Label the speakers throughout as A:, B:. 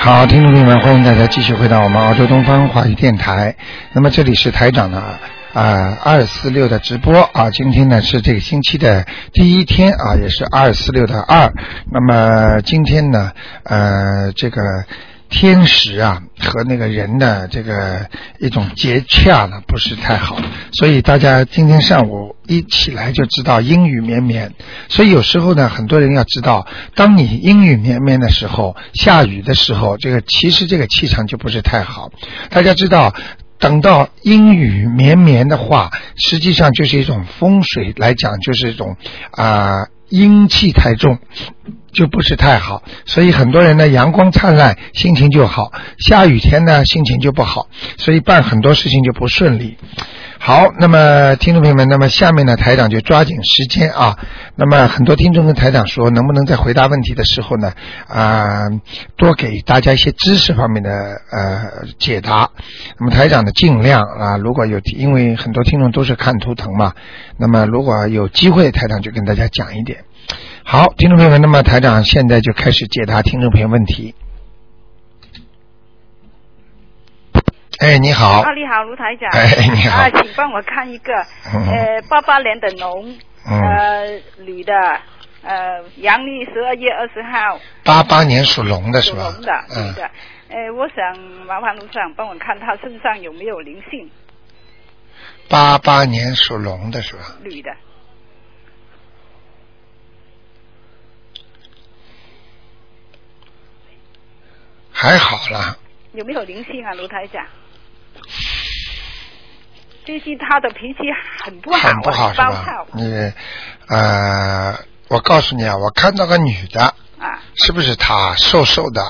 A: 好，听众朋友们，欢迎大家继续回到我们澳洲东方华语电台。那么这里是台长的啊二四六的直播啊，今天呢是这个星期的第一天啊，也是二四六的二。那么今天呢，呃，这个。天时啊和那个人的这个一种结洽呢不是太好，所以大家今天上午一起来就知道阴雨绵绵。所以有时候呢，很多人要知道，当你阴雨绵绵的时候，下雨的时候，这个其实这个气场就不是太好。大家知道。等到阴雨绵绵的话，实际上就是一种风水来讲，就是一种啊、阴气太重，就不是太好。所以很多人呢，阳光灿烂，心情就好；下雨天呢，心情就不好，所以办很多事情就不顺利。好，那么听众朋友们，那么下面呢，台长就抓紧时间啊。那么很多听众跟台长说，能不能在回答问题的时候呢，啊、多给大家一些知识方面的呃解答。那么台长呢，尽量啊，如果有因为很多听众都是看图腾嘛，那么如果有机会，台长就跟大家讲一点。好，听众朋友们，那么台长现在就开始解答听众朋友问题。哎，你好
B: 啊，，你好，卢台长。
A: 哎你好
B: 啊，请帮我看一个，呃，八八年的龙，
A: 嗯，
B: 呃，女的，呃，阳历十二月二十号，
A: 八八年属龙的是
B: 属
A: 吧？
B: 龙的，
A: 嗯
B: 女。的。呃，我想麻烦卢台长帮我看她身上有没有灵性，
A: 八八年属龙的是吧？
B: 女的。
A: 还好啦，
B: 有没有灵性啊，卢台长？最近她的脾气很不好啊，
A: 很不好是
B: 暴
A: 吧
B: 躁？
A: 你，呃，我告诉你啊，我看到个女的，
B: 啊，
A: 是不是她？瘦瘦的，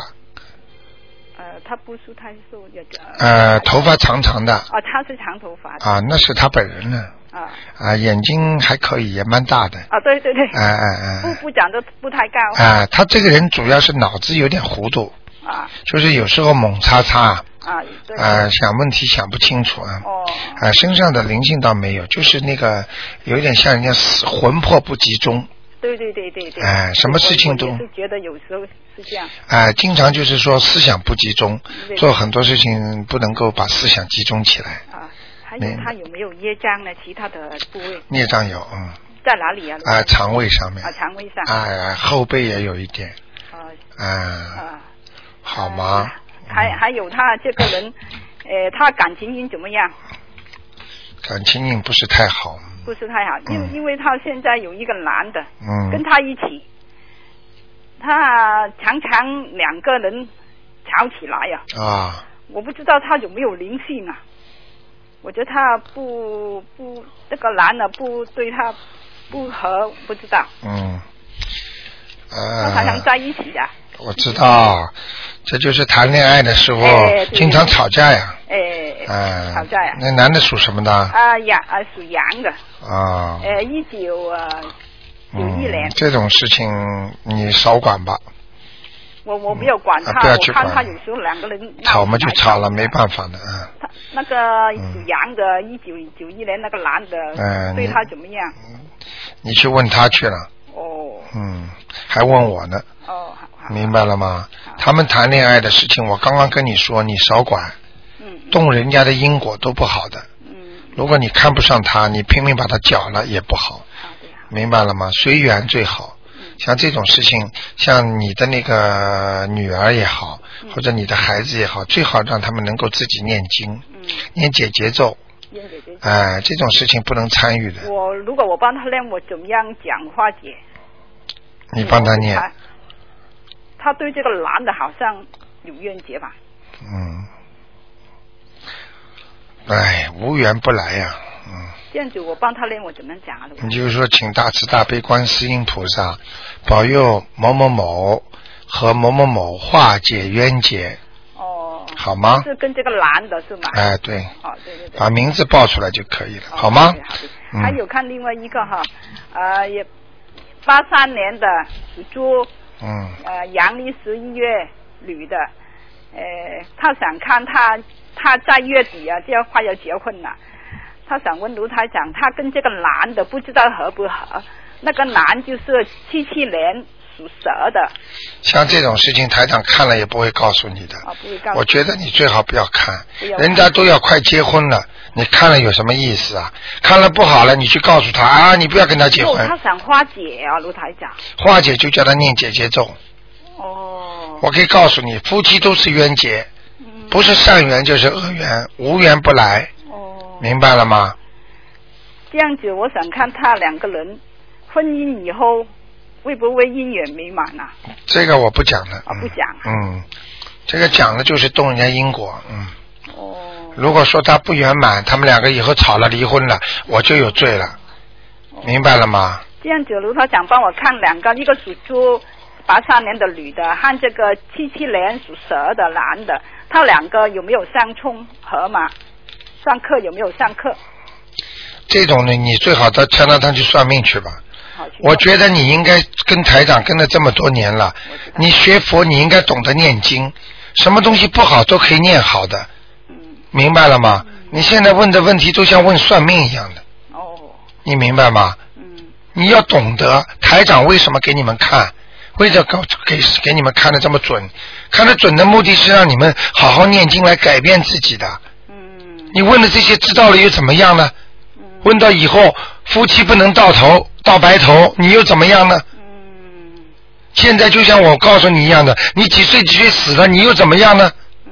B: 呃，她不是太瘦，也
A: 呃，头发长长的
B: 哦，她是长头发的
A: 啊，那是她本人呢。
B: 啊，
A: 啊，眼睛还可以，也蛮大的。
B: 啊，对对对，
A: 哎哎
B: 不
A: 哎，
B: 不长得不太高
A: 啊，她这个人主要是脑子有点糊涂，
B: 啊
A: 就是有时候猛叉叉，
B: 啊，对，
A: 啊，想问题想不清楚啊。
B: 哦
A: 啊，身上的灵性倒没有，就是那个有点像人家死魂魄不集中，
B: 对对对对对，
A: 哎什么事情都
B: 我我也是觉得有时候是这样，
A: 啊、经常就是说思想不集中，
B: 对
A: 做很多事情不能够把思想集中起来。
B: 啊。还
A: 明
B: 有
A: 白
B: 他有没有业障呢？其他的部位
A: 孽障有，嗯，啊、
B: 在哪里啊？
A: 肠胃上面，
B: 啊，肠胃上
A: 啊、后背也有一点，
B: 啊
A: 啊、
B: 啊，
A: 好吗？嗯
B: 还还有他这个 人，呃，他感情运怎么样？
A: 感情运不是太好，
B: 不是太好，因
A: 嗯
B: 因为他现在有一个男的跟
A: 嗯，
B: 他一起，他常常两个人吵起来呀、
A: 啊，
B: 我不知道他有没有灵性啊。我觉得他不不，这个男的不对他不合，不知道。
A: 嗯，
B: 他常常
A: 呃，
B: 在一起的，
A: 我知道，这就是谈恋爱的时候、
B: 哎对
A: 经常吵架呀，
B: 哎、
A: 啊、
B: 吵架呀。
A: 那男的属什么的？啊、
B: 啊羊啊属羊的，呃一九啊九一年
A: 嗯，，这种事情你少管吧。
B: 我我没有管
A: 啊
B: 他，
A: 不要
B: 我
A: 去
B: 看
A: 管
B: 他有时候两个人闹
A: 吵嘛就吵了，没
B: 法。
A: 办法的啊。
B: 他那个属羊的，一九九一年那个男的，
A: 嗯
B: 对
A: 你
B: 他怎么样？
A: 你去问他去了，
B: 哦
A: 嗯，还问我呢，
B: 哦，好好，
A: 明白了吗
B: 好？
A: 他们谈恋爱的事情，我刚刚跟你说，你少管，
B: 嗯
A: 动人家的因果都不好的。
B: 嗯，
A: 如果你看不上他，你拼命把他搅了也不好，
B: 好的好，
A: 明白了吗？随缘最好。像这种事情，像你的那个女儿也好，或者你的孩子也好，最好让他们能够自己念经，
B: 嗯，
A: 念解节奏。
B: 燕姐姐。
A: 哎、这种事情不能参与的，
B: 我如果我帮他练，我怎么样讲化解？
A: 你帮他念。
B: 他。他对这个男的好像有冤结吧？
A: 嗯，哎，无缘不来呀、嗯，
B: 这样子我帮他练，我怎么讲啊？
A: 你就是说，请大慈大悲观世音菩萨保佑某某某和某某某化解冤结，
B: 哦，
A: 好吗？
B: 是跟这个男的是吗？
A: 哎，对，
B: 哦，对对对。
A: 把名字报出来就可以了，
B: 哦
A: 好吗
B: 对？好的
A: 嗯
B: 还有看另外一个哈，呃，也八三年的属猪，
A: 嗯，
B: 呃，阳历十一月女的，呃，她想看她，她在月底啊，就要快要结婚了，她想问卢台长，她跟这个男的不知道合不合？那个男就是七七年属蛇的，
A: 像这种事情，台长看了也不会告诉你的。
B: 啊，不会告诉
A: 我觉得你最好不要看，
B: 不要看
A: 人家都要快结婚了，你看了有什么意思啊？看了不好了，你去告诉他啊，你不要跟他结
B: 哦，
A: 婚
B: 他。想化解啊，卢台长。
A: 化解就叫他念姐姐咒。
B: 哦，
A: 我可以告诉你，夫妻都是冤结，
B: 嗯，
A: 不是善缘就是恶缘，无缘不来，
B: 哦，
A: 明白了吗？
B: 这样子，我想看他两个人婚姻以后会不会姻缘美满啊呐、
A: 这个我不讲了。
B: 啊
A: 嗯
B: 不讲
A: 嗯，这个讲的就是动人家因果。嗯，
B: 哦，
A: 如果说他不圆满，他们两个以后吵了离婚了，我就有罪了，明白了吗？
B: 这样子，卢台长帮我看两个，一个属猪。八三年的女的和这个七七年属蛇的男的，他两个有没有相冲合嘛？上课有没有上课？
A: 这种呢，你最好到加拿大去算命去吧。
B: 好，去
A: 我
B: 看
A: 觉得你应该跟台长跟了这么多年了
B: 我知，道
A: 你学佛你应该懂得念经，什么东西不好都可以念好的，
B: 嗯，
A: 明白了吗？你现在问的问题都像问算命一样的，
B: 哦，
A: 你明白吗？
B: 嗯，
A: 你要懂得台长为什么给你们看，为什么给给给你们看的这么准？看得准的目的是让你们好好念经来改变自己的。
B: 嗯，
A: 你问的这些知道了又怎么样呢？
B: 嗯，
A: 问到以后夫妻不能到头到白头，你又怎么样呢？
B: 嗯，
A: 现在就像我告诉你一样的，你几岁几岁死了，你又怎么样呢？
B: 嗯，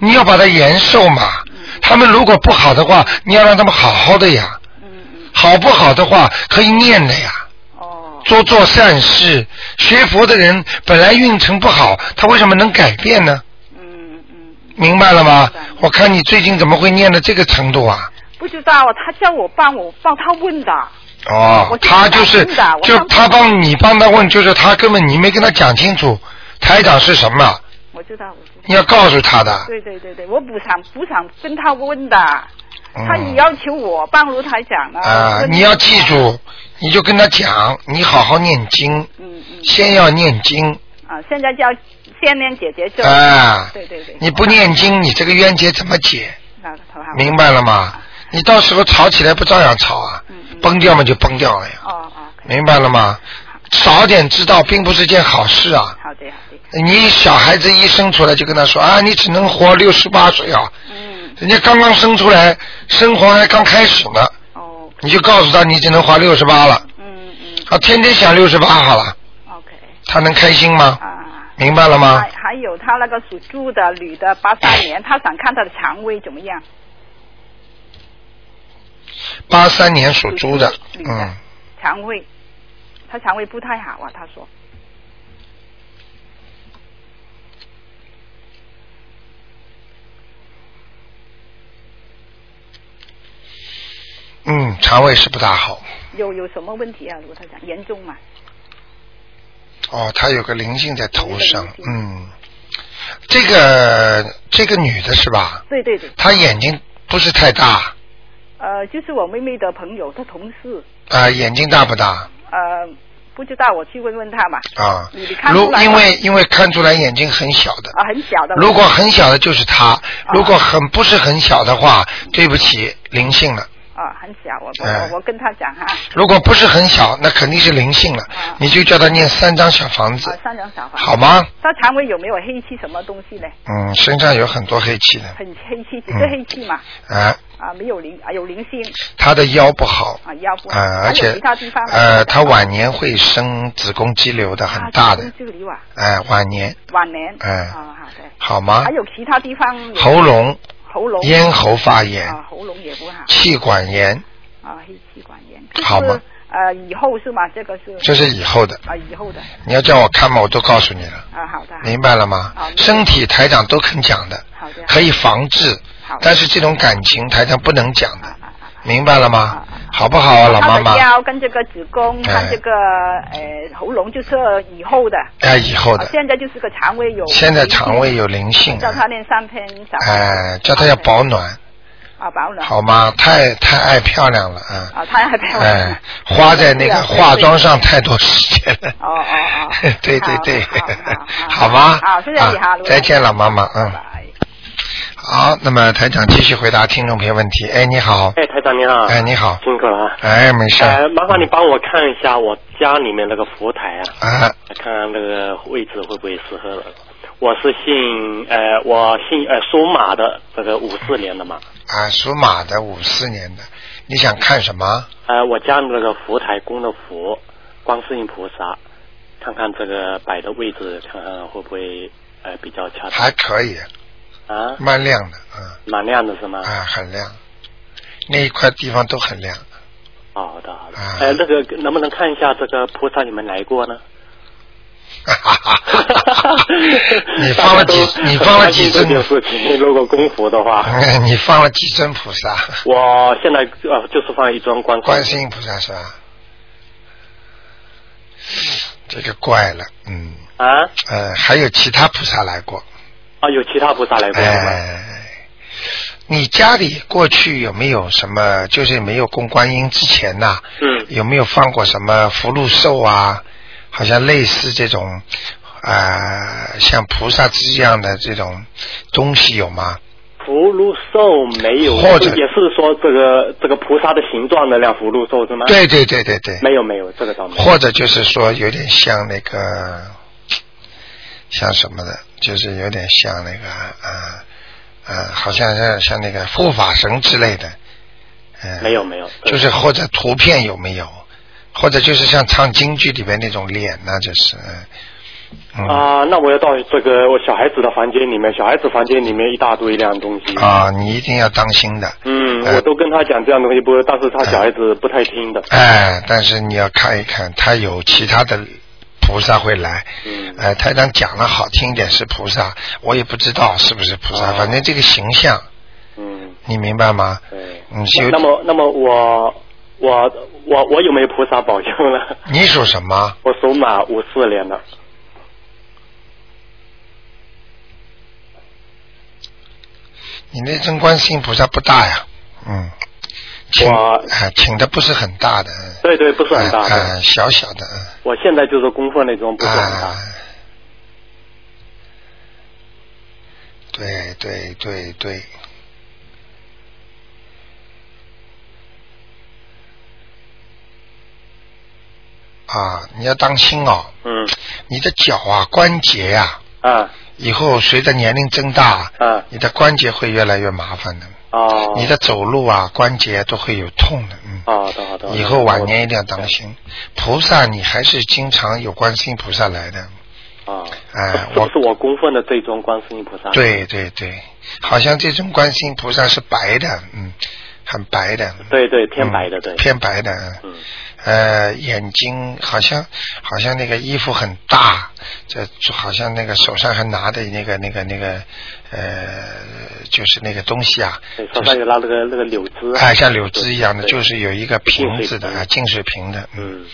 A: 你要把它延寿嘛。他们如果不好的话，你要让他们好好的呀。
B: 嗯，嗯，
A: 好不好的话，可以念的呀。
B: 哦，
A: 多做善事。学佛的人本来运程不好，他为什么能改变呢？
B: 嗯嗯，
A: 明白了吗
B: 明白？
A: 我看你最近怎么会念到这个程度啊？
B: 不知道，他叫我帮我帮他问的。
A: 哦
B: 我，就是
A: 他就是
B: 打听的我
A: 就
B: 上次
A: 他帮你帮他问，就是他根本你没跟他讲清楚，台长是什么，
B: 我知道，我知道。
A: 你要告诉他的。
B: 对对对对，我不想不想跟他问的，
A: 嗯
B: 他也要求我帮卢台长了。
A: 啊、
B: 我就
A: 你要记。住，你就跟他讲，你好好念经，
B: 嗯嗯
A: 先要念经
B: 啊，现在叫先念姐姐咒。
A: 啊、
B: 对对对。
A: 你不念经，你这个冤结怎么解？
B: 那个头好。
A: 明白了吗？你到时候吵起来不照样吵啊？
B: 啊嗯嗯
A: 崩掉嘛就崩掉了呀，
B: 哦哦，可以
A: 明白了吗？早点知道并不是件好事啊！
B: 好的好的。
A: 你小孩子一生出来就跟他说啊，你只能活六十八岁啊，
B: 嗯
A: 人家刚刚生出来，生活还刚开始呢，
B: 哦
A: 你就告诉他你只能活六十八了，
B: 嗯嗯
A: 啊，天天想六十八好了，
B: OK
A: 他能开心吗？
B: 啊。
A: 明白了吗
B: 还？还有他那个属猪的女的，八三年，他想看他的肠胃怎么样。
A: 八三年属猪的，
B: 属猪女的
A: 嗯，
B: 肠胃，他肠胃不太好啊，他说。
A: 嗯，肠胃是不大好。
B: 有有什么问题啊？卢台长，严重吗？
A: 哦，她有个灵性在头上
B: 有个灵，性
A: 嗯，这个这个女的是吧？
B: 对对对，
A: 她眼睛不是太大啊、
B: 呃，就是我妹妹的朋友，她同事，
A: 啊眼睛大不大
B: 呃，不知道我去问问她嘛。
A: 啊
B: 嗯你看？出
A: 如
B: 来吗
A: 因为因为看出来眼睛很小的，
B: 啊，很小的。
A: 如果很小的就是
B: 啊
A: 她，如果很不是很小的话，对不起，灵性了。
B: 啊，很小，我
A: 哎
B: 我我跟她讲哈，
A: 如果不是很小，那肯定是灵性了
B: 啊，
A: 你就叫她念三张小房
B: 啊
A: 子，，
B: 三两小孩。
A: 好吗？
B: 她肠胃有没有黑气什么东西呢？
A: 嗯，身上有很多黑气的，
B: 很黑气，
A: 嗯
B: 只是黑气嘛，
A: 啊，
B: 啊，没有灵啊，有灵性
A: 她的腰不好，
B: 啊，腰部。
A: 呃，而
B: 还有
A: 且
B: 其他地方吗
A: 呃，他晚年会生子宫肌瘤的，很大的
B: 啊，这个瘤啊，
A: 哎、晚年
B: 晚年。
A: 哎
B: 啊，好的。
A: 好吗
B: 还？有其他地方有
A: 喉咙、
B: 喉咙
A: 咽喉发炎、
B: 啊，喉咙也不好
A: 气管炎，
B: 啊，黑气管炎。
A: 好吗
B: 就是？呃，以后是吗？这个是
A: 这是以后的。
B: 啊，以后的
A: 你要叫我看嘛，我都告诉你了，
B: 啊，好的，
A: 明白了吗
B: 好？明白
A: 身体台长都肯讲的，
B: 好的，
A: 可以防治，
B: 好的，
A: 但是这种感情台长不能讲
B: 啊
A: 的，
B: 啊啊
A: 明白了吗
B: 啊啊？
A: 好不好啊，老妈
B: 他的
A: 妈？
B: 腰跟这个子宫，
A: 哎
B: 看这个呃喉咙，就是以后的。
A: 哎，以后
B: 啊
A: 的，
B: 现在就是个肠胃有。
A: 现在肠胃有灵性
B: 叫
A: 啊，
B: 他练三篇小。
A: 哎，叫他要保暖，
B: 啊，保暖。
A: 好吗？太太爱漂亮了啊。
B: 啊，他还陪我。
A: 哎，花在那
B: 啊
A: 个化妆上太多时间了。
B: 哦哦哦。
A: 对对对 好
B: 好好，
A: 吗？
B: 好，谢谢你哈，
A: 啊
B: 卢
A: 再见了，妈妈，嗯
B: 拜。拜
A: 好，那么台长继续回答听众朋友问题。哎，你好，
C: 哎，台长你好。
A: 哎，，你好，
C: 辛苦了啊。
A: 哎，没事儿
C: 呃，麻烦你帮我看一下我家里面那个佛台啊，
A: 啊，
C: 看看那个位置会不会适合了。我是姓呃，我姓呃属马的，这个五四年的嘛。
A: 啊，属马的，五四年的，你想看什么？
C: 呃，我家里那个佛台供的佛，观世音菩萨，看看这个摆的位置，看看会不会呃比较恰
A: 还
C: 当
A: 可以，
C: 啊？
A: 蛮亮的，啊
C: 蛮亮的是吗？
A: 啊，很亮，那一块地方都很亮。
C: 好的好的
A: 啊。
C: 呃，那个能不能看一下这个菩萨有没有来过呢？
A: 哈哈哈哈 你放了几？你放了几嗯
C: 这
A: 尊？
C: 件事情，如果供佛的话，
A: 你放了几尊菩萨？
C: 我现在呃就是放一尊观世
A: 观
C: 音
A: 世音菩萨是吧？这个怪了，嗯，
C: 啊
A: 呃，还有其他菩萨来过，
C: 啊，有其他菩萨来过
A: 哎、
C: 吗？
A: 你家里过去有没有什么，就是没有供观音之前呐、
C: 嗯，
A: 有没有放过什么福禄寿啊？好像类似这种，呃，像菩萨之一样的这种东西有吗？
C: 福禄寿没有，
A: 或者
C: 也是说这个这个菩萨的形状的那福禄寿是吗？，
A: 对对对对对，
C: 没有没有，这个倒没有。
A: 或者就是说有点像那个，像什么的，就是有点像那个呃呃，好像像像那个护法神之类的，嗯、
C: 没有没有，这个
A: 就是或者图片有没有，或者就是像唱京剧里边那种脸呢、就是，呃嗯
C: 啊、那我要到这个我小孩子的房间里面，小孩子房间里面一大堆那样东西。
A: 啊，你一定要当心的，
C: 嗯，
A: 呃
C: 我都跟他讲这样东西不，但是他小孩子不太听的。
A: 哎，但是你要看一看，他有其他的菩萨会来。
C: 嗯
A: 哎，台长讲了好听一点是菩萨，我也不知道是不是菩萨，
C: 哦
A: 反正这个形象，
C: 嗯，
A: 你明白吗？
C: 对。
A: 嗯，是有
C: 那么那么我我我我有没有菩萨保佑呢？
A: 你属什么？
C: 我属马，五四年的。
A: 你那尊观世音菩萨不大呀，嗯，请
C: 我
A: 哎，请的不是很大的，嗯
C: 对对，不是很大
A: 哎
C: 的。
A: 哎小小的，嗯
C: 我现在就是功课那种，不是很大。
A: 啊，对对对对。啊，你要当心哦，
C: 嗯
A: 你的脚啊关节呀、
C: 啊
A: 以后随着年龄增大，
C: 啊
A: 你的关节会越来越麻烦的，
C: 哦。
A: 你的走路啊关节都会有痛的，嗯。
C: 哦，好的好的。
A: 以后晚年一定要当心，菩萨你还是经常有观世音菩萨来的，
C: 啊。
A: 哎
C: 是
A: 我
C: 不是我供奉的这尊观世音菩萨？。
A: 对对对，好像这尊观世音菩萨是白的，嗯，很白的，
C: 对对，偏白的
A: 嗯
C: 对。
A: 偏白的，嗯
C: 嗯
A: 呃，眼睛好像好像那个衣服很大，这好像那个手上还拿的那个那个那个呃，就是那个东西啊，
C: 对，手上有拿那个那个柳枝。啊
A: 哎，像柳枝一样的，
C: 对
A: 就是有一个瓶子的
C: 净水瓶
A: 啊，净水瓶的，嗯，
C: 嗯，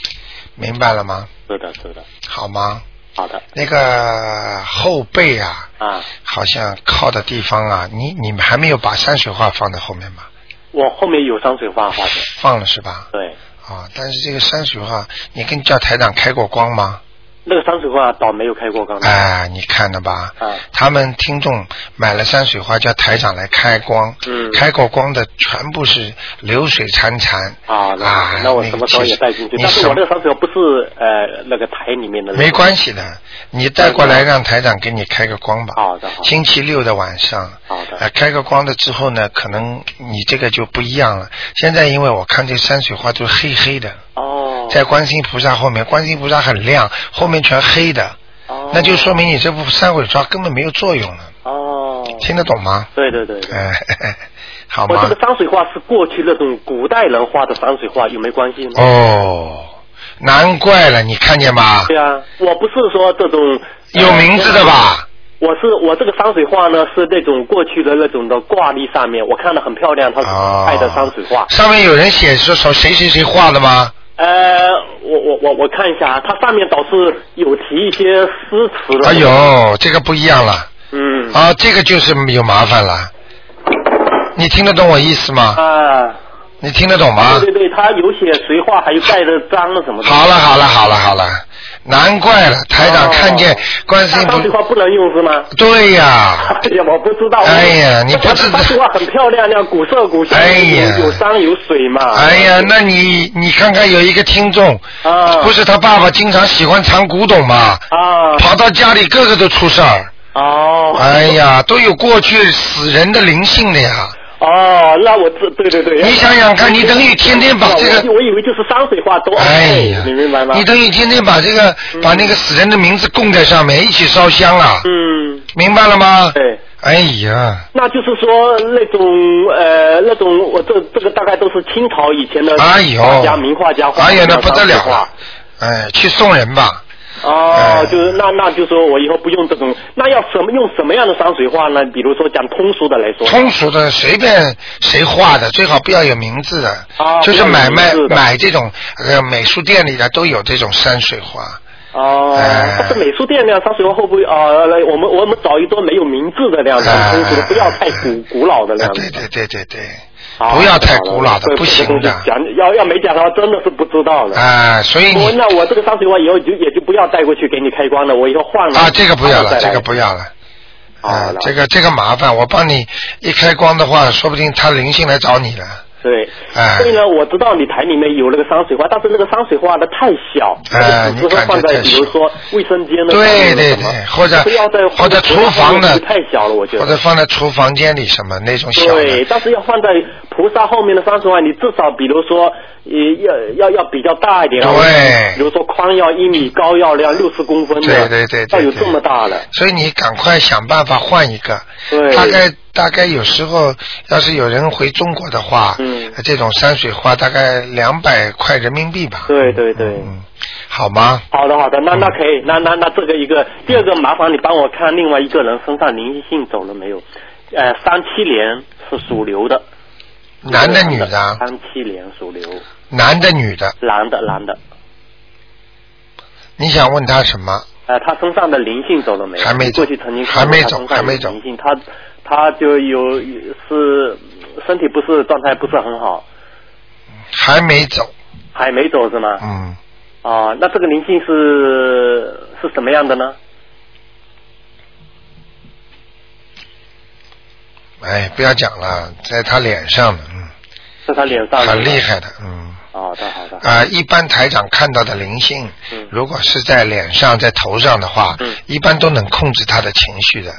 A: 明白了吗？
C: 是的是的，
A: 好吗？
C: 好的
A: 那个后背啊，
C: 啊。
A: 好像靠的地方啊，你你们还没有把山水画放在后面吗？
C: 我后面有山水画画的，
A: 放了是吧？
C: 对，
A: 啊，但是这个山水画，你跟教台长开过光吗？
C: 那个山水画倒没有开过刚才。
A: 哎，你看了吧？
C: 啊
A: 他们听众买了山水画，叫台长来开光，
C: 嗯
A: 开过光的全部是流水潺潺。
C: 啊，
A: 啊
C: 那那我什么时候也带进去？
A: 你
C: 但是我
A: 什
C: 那个山水画不是呃那个嗯台里面的。
A: 没关系的，你带过来让台长给你开个光吧。
C: 好的好的
A: 星期六的晚上。
C: 啊好的
A: 呃开个光了之后呢，可能你这个就不一样了。现在因为我看这山水画都是黑黑的，
C: 哦。
A: 在观世音菩萨后面，观世音菩萨很亮，后面全黑的，
C: 哦。
A: 那就说明你这部山水画根本没有作用了。
C: 哦。
A: 听得懂吗？
C: 对对对对。
A: 哎， 好
C: 我
A: 吗
C: 这？个山水画是过去那种古代人画的山水画，有没关系吗？
A: 哦，难怪了，你看见吧？
C: 对啊，我不是说这种呃
A: 有名字的？吧？
C: 我是我这个山水画呢，是那种过去的那种的挂历上面，我看了很漂亮，它
A: 哦
C: 是爱的山水画。
A: 上面有人写说说谁谁谁画的吗？
C: 呃，我我我我看一下，啊它上面倒是有提一些诗词的。
A: 哎，呦，这个不一样了
C: 嗯
A: 啊，这个就是有麻烦了。你听得懂我意思吗？
C: 啊，
A: 你听得懂吗？
C: 对对对，他有写随话，还有盖的章什么的。
A: 好了好了好了好了，难怪了，台长看见
C: 哦
A: 观世音菩
C: 那张水画不能用是吗？
A: 对呀，
C: 哎呀，我不知道。
A: 哎呀你不知道
C: 张水画很漂亮呀，古色古香，
A: 哎呀
C: 有有山有水嘛。
A: 哎呀，那你你看看有一个听众，
C: 啊，
A: 不是他爸爸经常喜欢藏古董嘛，
C: 啊，
A: 跑到家里个个都出事儿，
C: 哦，
A: 哎呀，都有过去死人的灵性的呀。
C: 哦，那我这对对对。
A: 你想想看，你等于天天把这
C: 我以
A: 个，
C: 哎我以为就是山水画都。
A: 哎呀
C: 你明白吗？，
A: 你等于天天把这个把那个死人的名字供在上面，一起烧香啊，
C: 嗯，
A: 明白了吗？
C: 对。
A: 哎呀，
C: 那就是说那种呃那种我这这个大概都是清朝以前的
A: 哎呦
C: 画家名画家画
A: 哎呀，那
C: 的
A: 不得
C: 山
A: 了
C: 水画
A: 了，哎，去送人吧，哎
C: 哦，就是那那就说我以后不用这种，那要什么用什么样的山水画呢？比如说讲通俗的来说，
A: 通俗的随便谁画的，最好不要有名字的，
C: 啊
A: 就是买
C: 不要
A: 卖
C: 有名字的
A: 买这种呃美术店里的都有这种山水画，
C: 哦
A: 哎，
C: 这美术店那样山水画会不会啊？来我们我们找一桌没有名字的那样子，
A: 哎
C: 通俗的，不要太古古老的那
A: 啊
C: 样子
A: 对。对对对对，
C: 啊
A: 不要太古老
C: 这
A: 的，
C: 个
A: 不行
C: 东西
A: 的，
C: 讲要要没讲的话，真的是不知道的。
A: 啊，所以
C: 我
A: 你
C: 哦那我这个山水画以后就也就不要带过去给你开光了，我以后换了
A: 啊这个不要了，
C: 再来
A: 这个不要了。
C: 好
A: 啊
C: 了，
A: 这个这个麻烦，我帮你一开光的话，说不定他灵性来找你了。
C: 对，
A: 哎
C: 所以呢，我知道你台里面有那个山水画，但是那个山水画的太小，
A: 哎
C: 只是放
A: 你感觉太
C: 在比如说卫生间的
A: 对
C: 上面
A: 对
C: 什么
A: 对，或者
C: 不要在
A: 或者厨房的，
C: 太小了，我觉
A: 或
C: 得
A: 者。放在厨房间里什么那种小
C: 对，
A: 的，
C: 但是要放在菩萨后面的山水画，你至少比如说，呃，要要要比较大一点，然后
A: 对
C: 比如说宽要一米，高要要六十公分的，
A: 对对对对
C: 要有
A: 对
C: 这么大的，
A: 所以你赶快想办法换一个。
C: 对，
A: 大概大概有时候，要是有人回中国的话，
C: 嗯
A: 这种山水画大概两百块人民币吧。
C: 对对对。
A: 嗯，好吗？
C: 好的，好的，
A: 嗯
C: 那那可以，那那那这个一个，第二个麻烦你帮我看另外一个人身上灵性走了没有？呃，三七年是属牛的，
A: 男的女的啊？
C: 三七年属牛，
A: 男的女的？
C: 男的男的，
A: 你想问他什么？
C: 呃，他身上的灵性走了没有？
A: 还没走
C: 过去曾经看过
A: 还没走
C: 他身上有
A: 还没走
C: 灵性，他他就有是身体不是状态不是很好，
A: 还没走。
C: 还没走是吗？
A: 嗯，
C: 啊、那这个灵性是是什么样的呢？
A: 哎，不要讲了，在他脸上的，嗯，
C: 是他脸上的吗
A: 很厉害的，嗯。
C: 好的，好的。
A: 啊、一般台长看到的灵性，
C: 嗯
A: 如果是在脸上、在头上的话，
C: 嗯
A: 一般都能控制他的情绪的。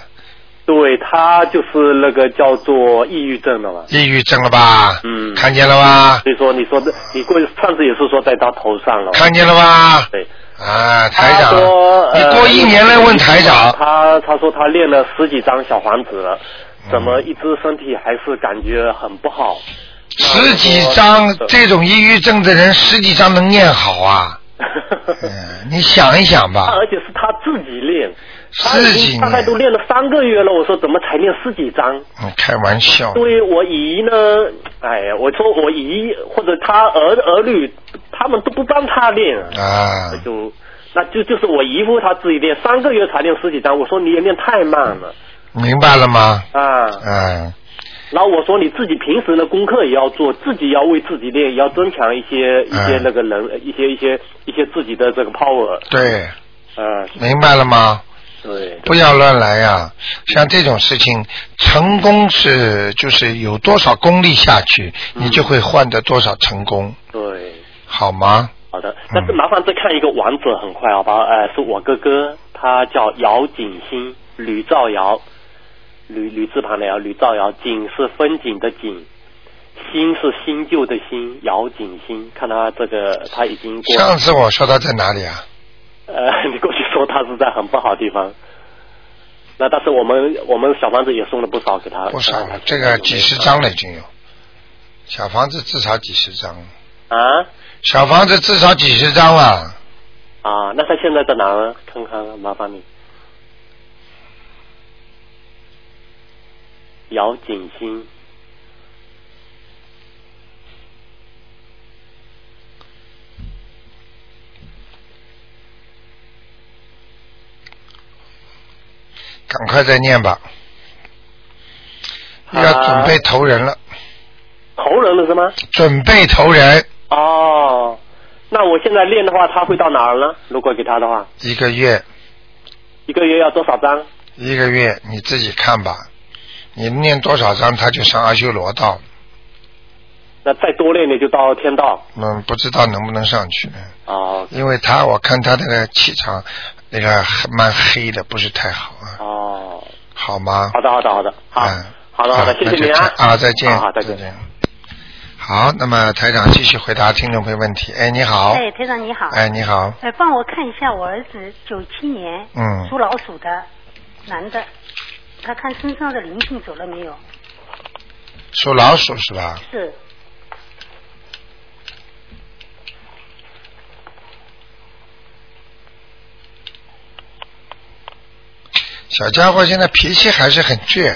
C: 对他就是那个叫做抑郁症的嘛。
A: 抑郁症了吧？
C: 嗯
A: 看见了吧？
C: 所以说，你说的，你过上次也是说在他头上了。
A: 看见了吧？
C: 对，
A: 啊，台长
C: 嗯他说，
A: 你
C: 呃
A: 过一年来问台长，
C: 他他说他练了十几张小房子了，
A: 嗯
C: 怎么一直身体还是感觉很不好？
A: 十几张这种抑郁症的人，十几张能念好啊？嗯，你想一想吧
C: 他， 而且是他自己练，他
A: 十
C: 已
A: 几
C: 经大概都
A: 年，哦
C: 练了三个月了。我说怎么才练十几张？
A: 你嗯开玩笑
C: 因，为我姨呢，哎呀，我说我姨或者她儿儿女，他们都不帮她练，
A: 啊，
C: 就那就就是我姨夫他自己练，三个月才练十几张，我说你也练太慢了
A: 明白了吗？
C: 啊。
A: 嗯，
C: 然后我说你自己平时的功课也要做，自己要为自己练，也要增强一些一些
A: 嗯
C: 那个人，一些一些一些自己的这个 power，
A: 对，
C: 嗯、
A: 明白了吗？
C: 对，
A: 不要乱来呀、像这种事情，成功是就是有多少功力下去，你就会换得多少成功，
C: 对。
A: 好吗？
C: 好的，
A: 嗯
C: 但是麻烦再看一个王者，很快好吧？呃，是我哥哥，他叫姚景星，吕兆尧，吕吕字旁的姚，吕兆尧，景是风景的景，新是新旧的新，姚景星，看他这个他已经过，
A: 上次我说他在哪里啊？
C: 呃， 你过去说他是在很不好的地方。那但是我们我们小房子也送了不少给他，呃
A: 不少
C: 看
A: 了
C: 看，
A: 这
C: 有没
A: 个
C: 有
A: 几十张了已经有。小房子至少几十张，
C: 啊
A: 小房子至少几十张了。
C: 啊！那他现在在哪呢？看看，麻烦你。姚景星，
A: 赶快
C: 啊
A: 再念吧，要准备投人了。
C: 投人生的是吗？
A: 准备投人
C: 哦，那我现在练的话，他会到哪儿呢？如果给他的话，
A: 一个月，
C: 一个月要多少张？
A: 一个月你自己看吧，你念多少章他就上阿修罗道，
C: 那再多练点就到天道。
A: 嗯，不知道能不能上去呢？
C: 哦
A: 因为他我看他那个气场，那个还蛮黑的，不是太好啊，
C: 哦，
A: 好吗？
C: 好的好的好的，好，
A: 嗯
C: 好的好的，谢谢你啊，
A: 啊，再见，
C: 好好再见。
A: 好，那么台长继续回答听众朋友问题。哎，你好，
D: 哎，台长你好。
A: 哎，你好，
D: 哎，帮我看一下我儿子九七年，
A: 嗯
D: 属老鼠的，男的，他看身上的灵性走了没有？
A: 属老鼠是吧？
D: 是，
A: 小家伙现在脾气还是很倔，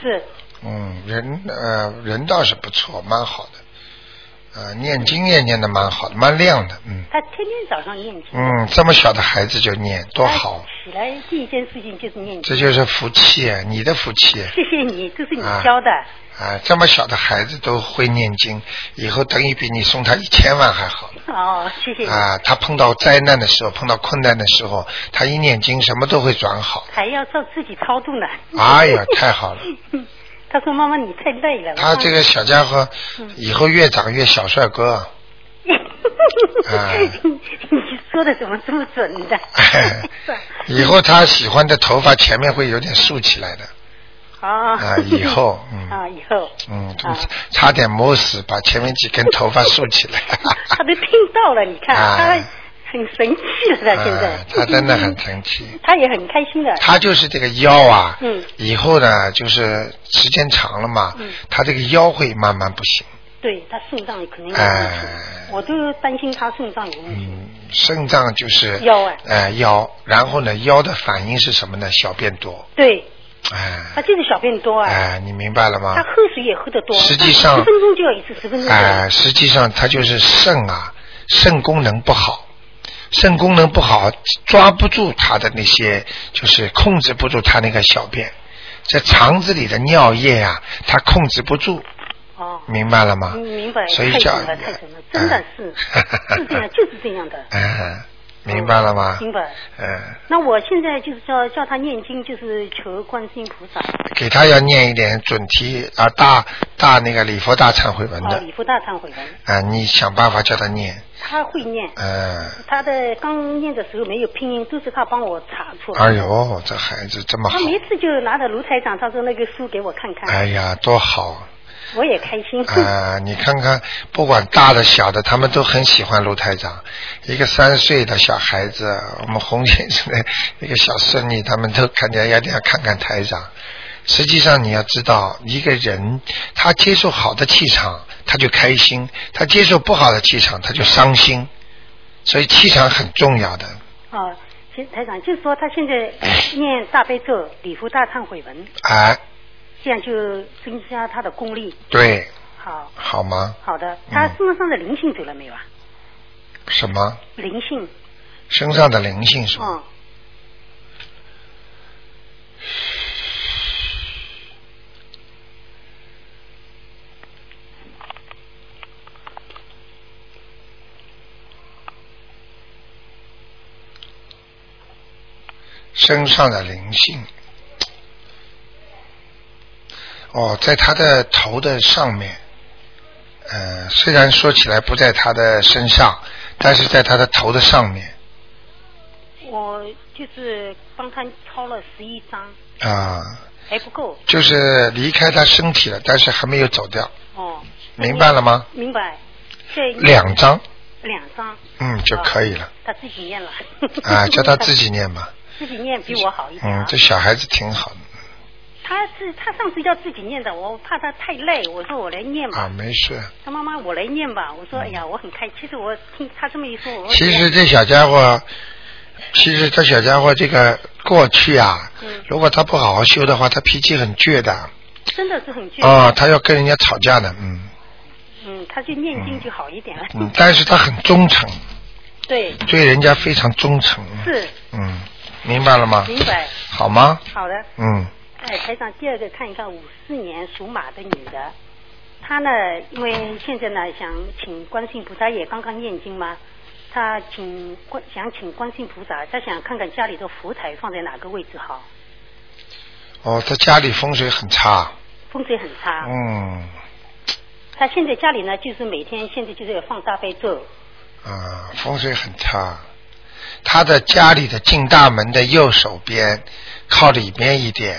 D: 是，
A: 嗯，人呃人倒是不错，蛮好的，呃，念经也念的蛮好的，蛮亮的，嗯
D: 他天天早上念经，
A: 嗯，这么小的孩子就念，多好，
D: 他起来第一件事情就是念经。
A: 这就是福气，啊你的福气
D: 谢谢你，这是你
A: 啊
D: 教的。
A: 啊！这么小的孩子都会念经，以后等于比你送他一千万还好。
D: 哦，谢谢你。
A: 啊，他碰到灾难的时候，碰到困难的时候，他一念经，什么都会转好。
D: 还要照自己操作呢。
A: 哎呀，太好了！
D: 嗯他说：“妈妈，你太累了。”
A: 他这个小家伙
D: 嗯
A: 以后越长越小帅哥，啊 哎？
D: 你说的怎么这么 准的
A: 以后他喜欢的头发前面会有点竖起来的，
D: 啊
A: 啊以后嗯
D: 啊，以后，
A: 嗯，都
D: 啊
A: 差点磨死，把前面几根头发竖起来。
D: 他都听到了，你看
A: 哎
D: 他很神气了， 他现 在
A: 啊，，他真的很神奇。
D: 他也很开心的，
A: 他就是这个腰啊，
D: 哎嗯
A: 以后呢，就是时间长了嘛，
D: 嗯
A: 他这个腰会慢慢不行。
D: 对他肾脏可能有问
A: 哎
D: 题，我都担心他肾脏有问题，
A: 嗯，肾脏就是
D: 腰啊
A: 哎腰，然后呢，腰的反应是什么呢？小便多，
D: 对他
A: 哎，
D: 就是小便多啊，
A: 哎，你明白了吗
D: 他？喝水也喝得多，
A: 实际上
D: 十分钟就要一次，十分钟就要
A: 哎，
D: 一次，
A: 实际上它就是肾啊，肾功能不好，肾功能不好，抓不住它的那些，就是控制不住它那个小便，这肠子里的尿液啊，它控制不住，
D: 哦。
A: 明白了吗？
D: 嗯明白，
A: 啊所以
D: 太
A: 叫啊
D: 准了，太准了，真的 是，是这样，就是这样的。
A: 哎，明白了吗？
D: 明白。
A: 嗯。
D: 那我现在就是叫叫他念经，就是求观世音菩萨，
A: 给他要念一点准提啊，大大那个礼佛大忏悔文
D: 哦，
A: 的
D: 礼佛大忏悔文，
A: 啊，你想办法叫他念，
D: 他会念，
A: 嗯，
D: 他的刚念的时候没有拼音，都是他帮我查出来。
A: 哎呦，这孩子这么好
D: 他，每次就拿着卢台长他说那个书给我看看，
A: 哎呀，多好
D: 我也开心。
A: 啊！你看看，不管大的小的，他们都很喜欢卢台长。一个三岁的小孩子，我们洪先生的一个小孙女，他们都看见要要看看台长。实际上你要知道，一个人他接受好的气场，他就开心；他接受不好的气场，他就伤心。所以气场很重要的。
D: 啊，其实台长就是说他现在念大悲咒、礼佛大忏悔文，
A: 哎，
D: 这样就增加他的功力。
A: 对，
D: 好，
A: 好吗？
D: 好的。
A: 嗯
D: 他身上的灵性走了没有啊？
A: 什么？
D: 灵性，
A: 身上的灵性是吧？
D: 嗯，
A: 身上的灵性。哦，在他的头的上面，呃，虽然说起来不在他的身上，但是在他的头的上面
D: 我就是帮他抄了十一张，
A: 啊、
D: 还不够。
A: 就是离开他身体了，但是还没有走掉，
D: 哦，
A: 明白了吗？
D: 明白。这
A: 两张，
D: 两张，
A: 嗯，就可以了。
D: 他自己念了。
A: 啊，叫他自己念吧。
D: 自己念比我好一点、
A: 嗯
D: 啊。，
A: 这小孩子挺好的
D: 他是他上次要自己念的，我怕他太累，我说我来念吧。
A: 啊，没事。
D: 他妈妈，我来念吧。我说，哎呀，我很开。其实我听他这么一说，我
A: 其实这小家伙，其实这小家伙这个过去啊，
D: 嗯
A: 如果他不好好修的话，他脾气很倔的。
D: 真的是很倔。
A: 哦，他要跟人家吵架的，嗯
D: 嗯，他就念经就好一点了。
A: 嗯，但是他很忠诚，
D: 对，
A: 对人家非常忠诚。
D: 是
A: 嗯，明白了吗？
D: 明白。
A: 好吗？
D: 好的，
A: 嗯，
D: 哎，台长，第二个看一看，五四年属马的女的，他呢，因为现在呢想请观世音菩萨也刚刚念经嘛，他请观想请观世音菩萨，他想看看家里的佛台放在哪个位置好，
A: 哦，他家里风水很差，
D: 风水很差。
A: 嗯，
D: 他现在家里呢，就是每天现在就是要放大悲咒，
A: 啊，风水很差。他的家里的进大门的右手边靠里面一点，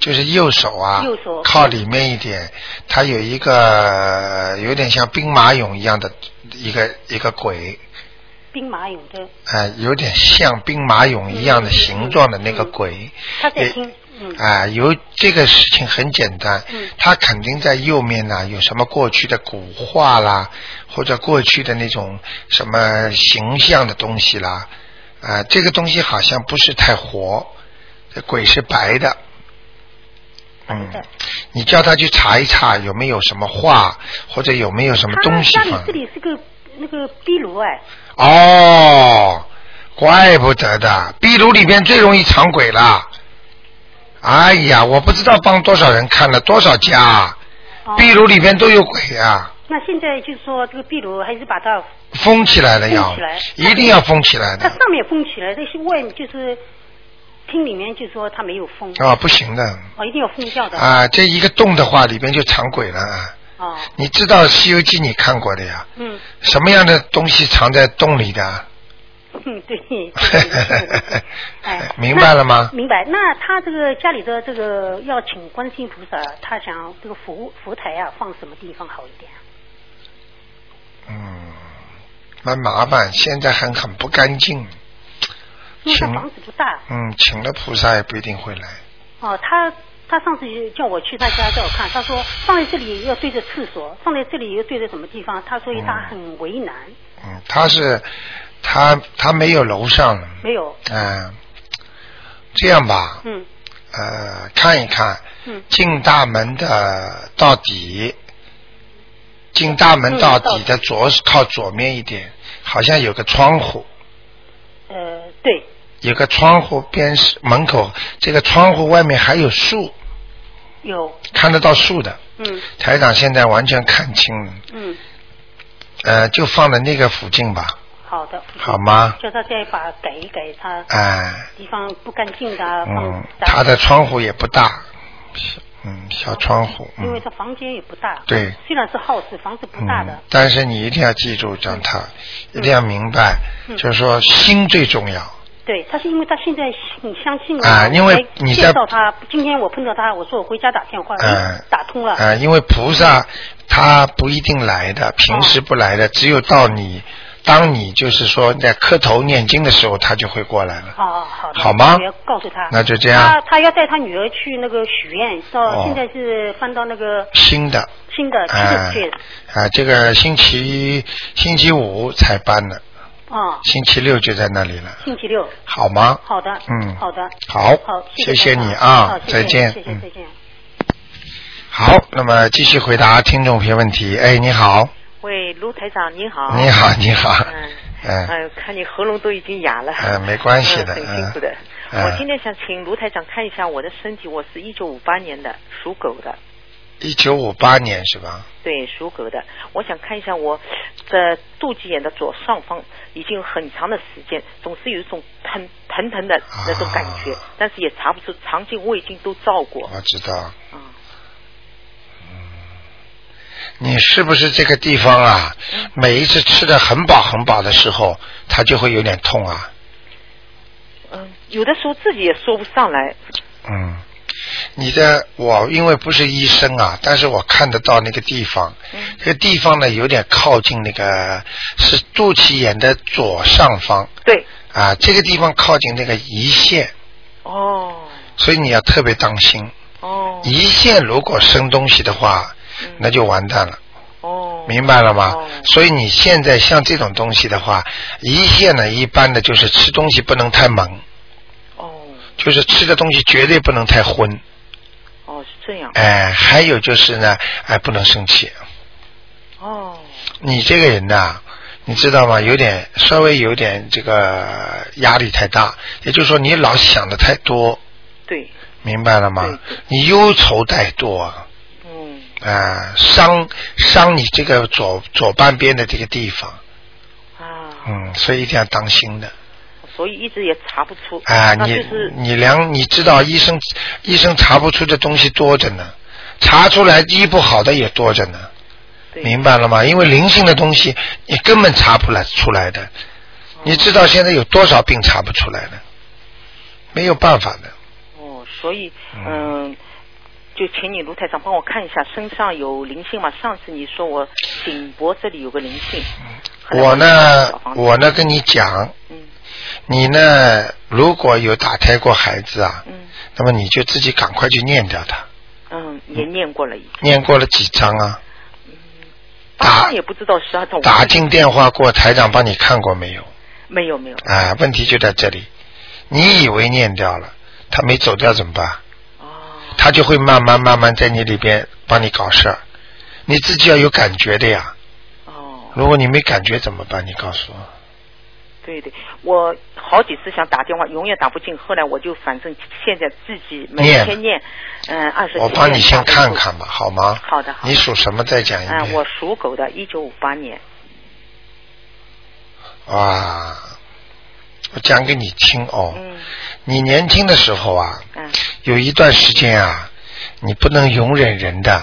A: 就是右手啊，
D: 右手
A: 靠里面一点，他有一个呃有点像兵马俑一样的一个一个鬼，
D: 兵马俑的，
A: 哎、有点像兵马俑一样的
D: 嗯嗯
A: 形状的那个
D: 嗯
A: 鬼，
D: 他在
A: 也
D: 听，嗯，
A: 啊、有这个事情很简单
D: 嗯，
A: 他肯定在右面呢、有什么过去的古画啦，或者过去的那种什么形象的东西啦，啊、这个东西好像不是太活，这鬼是白的，嗯
D: 白的，
A: 你叫他去查一查有没有什么画，或者有没有什么
D: 他
A: 东西
D: 家里
A: 放
D: 这里是个那个壁炉哎，
A: 哦，怪不得的，壁炉里边最容易藏鬼了。哎呀，我不知道帮多少人看了多少家，
D: 哦，
A: 壁炉里边都有鬼啊，
D: 那现在就是说这个壁炉还是把它，
A: 封起来了要
D: 封起来，
A: 一定要封起来
D: 它
A: 的
D: 上面封起来，但是外面就是厅里面就说它没有封，
A: 啊，不行的
D: 哦，一定要封掉的，
A: 啊，这一个洞的话里边就藏鬼了啊。
D: 哦，
A: 你知道《西游记》你看过的呀？
D: 嗯，
A: 什么样的东西藏在洞里的？
D: 嗯，对，对对对对哎，
A: 明白了吗
D: 那明白。那他这个家里的这个要请观世音菩萨，他想这个佛佛台啊放什么地方好一点啊？
A: 嗯，蛮麻烦，现在还很不干净。
D: 因为他
A: 请
D: 房子不大
A: 嗯，请了菩萨也不一定会来。
D: 哦，他他上次叫我去他家叫我看，他说放在这里要对着厕所，放在这里又对着什么地方，他所以他很为难，
A: 嗯，他是他他没有楼上，
D: 没有，
A: 嗯、这样吧，
D: 嗯
A: 呃，看一看
D: 嗯
A: 进大门的到底，进大门到底的左靠左面一点，好像有个窗户，
D: 呃对，
A: 有个窗户边是门口，这个窗户外面还有树，
D: 有，
A: 看得到树的。
D: 嗯
A: 台长现在完全看清了，
D: 嗯，
A: 呃，就放在那个附近吧，
D: 好的，
A: 好吗？
D: 叫他再把改一改他
A: 哎、
D: 地方不干净的啊，放
A: 嗯，他
D: 杂
A: 的窗户也不大，嗯，小窗户，
D: 因为
A: 嗯，
D: 他房间也不大，
A: 对
D: 虽然是 house，房子不大的
A: 嗯，，但是你一定要记住，让他一定要明白，
D: 嗯
A: 就是说心最重要
D: 对，他是因为他现在很相信我
A: 啊因为
D: 我才
A: 你在
D: 介绍他，今天我碰到他，我说我回家打电话，
A: 嗯
D: 打通了，嗯
A: 啊、因为菩萨他不一定来的，平时不来的，只有到你当你就是说在磕头念经的时候，他就会过来了。
D: 好啊好的，
A: 好吗
D: 我要告诉他，
A: 那就这样
D: 他他要带他女儿去那个许愿，
A: 哦
D: 到现在是翻到那个
A: 新的，
D: 新的
A: 啊、
D: 七十卷，
A: 啊，这个星期星期五才搬的，
D: 啊，
A: 星期六就在那里了，
D: 星期六，
A: 好吗？
D: 好的，
A: 嗯
D: 好的，
A: 好
D: 好，
A: 谢
D: 谢
A: 你
D: 台长
A: 啊
D: 好，谢谢
A: 再见，
D: 谢谢
A: 嗯
D: 再。见。
A: 好，那么继续回答听众朋友问题。哎，你好，
E: 喂，卢台长您好。
A: 你。好，你好，
E: 嗯。
A: 嗯，
E: 哎，看你喉咙都已经哑了。
A: 嗯没关系的
E: 嗯很辛苦的。
A: 嗯
E: 我今天想请卢台长看一下我的身体，我是一九五八年的，属狗的，
A: 一九五八年是吧？
D: 嗯
E: 对，属狗的。我想看一下我的肚脐眼的左上方，已经有很长的时间，总是有一种疼疼疼的那种感觉，
A: 啊
E: 但是也查不出，肠镜、胃镜都照过。
A: 我知道，
E: 嗯，
A: 你是不是这个地方啊？
D: 嗯
A: 每一次吃的很饱很饱的时候，它就会有点痛啊。
E: 嗯，有的时候自己也说不上来。
A: 嗯，你的我因为不是医生啊，但是我看得到那个地方，
D: 嗯
A: 这个地方呢有点靠近那个是肚脐眼的左上方
E: 对，
A: 啊，这个地方靠近那个胰腺，
E: 哦，
A: 所以你要特别当心。
E: 哦，
A: 胰腺如果生东西的话，那就完蛋了，
E: 哦，
A: 明白了吗
E: 哦？
A: 所以你现在像这种东西的话，胰腺呢一般的就是吃东西不能太猛，
E: 哦，
A: 就是吃的东西绝对不能太荤，
E: 哦，是这样。
A: 哎，还有就是呢，哎，不能生气。
E: 哦，
A: 你这个人呐、你知道吗？有点稍微有点这个压力太大，也就是说你老想的太多，
E: 对，
A: 明白了吗
E: 对？
A: 你忧愁太多啊。
E: 嗯，
A: 啊、呃，伤伤你这个左左半边的这个地方，
E: 啊，
A: 嗯，所以一定要当心的。
E: 所以一直也查不出。
A: 啊，
E: 那就
A: 你
E: 是
A: 你量你知道医生医生查不出的东西多着呢，查出来医不好的也多着呢，
E: 对
A: 明白了吗？因为灵性的东西你根本查不来出来的，
E: 哦
A: 你知道现在有多少病查不出来的，没有办法的。
E: 哦，所以
A: 嗯
E: 嗯。就请你卢台长帮我看一下身上有灵性吗？上次你说我颈脖这里有个灵性，后来
A: 我呢
E: 找，房子
A: 我呢跟你讲，
E: 嗯
A: 你呢如果有打胎过孩子啊，
E: 嗯
A: 那么你就自己赶快去念掉它，
E: 嗯也念过了已经，
A: 念过了几章啊？打
E: 八张也不知道十二张，我
A: 打
E: 看
A: 进电话过，台长帮你看过没有？
E: 没有没有
A: 啊，问题就在这里。你以为念掉了，他没走掉怎么办？
E: 哦
A: 他就会慢慢慢慢在你里边帮你搞事儿，你自己要有感觉的呀。
E: 哦
A: 如果你没感觉怎么办？你告诉我。
E: 对对，我好几次想打电话，永远打不进。后来我就反正现在自己每
A: 念
E: 天念，嗯，二十。
A: 我帮你先看。看吧，好吗？
E: 好的好的
A: 你属什么？再讲一
E: 嗯，
A: 遍
E: 我。属狗的，一九五八年。
A: 哇，我讲给你听哦。
E: 嗯
A: 你年轻的时候啊，
E: 嗯
A: 有一段时间啊，你不能容忍人的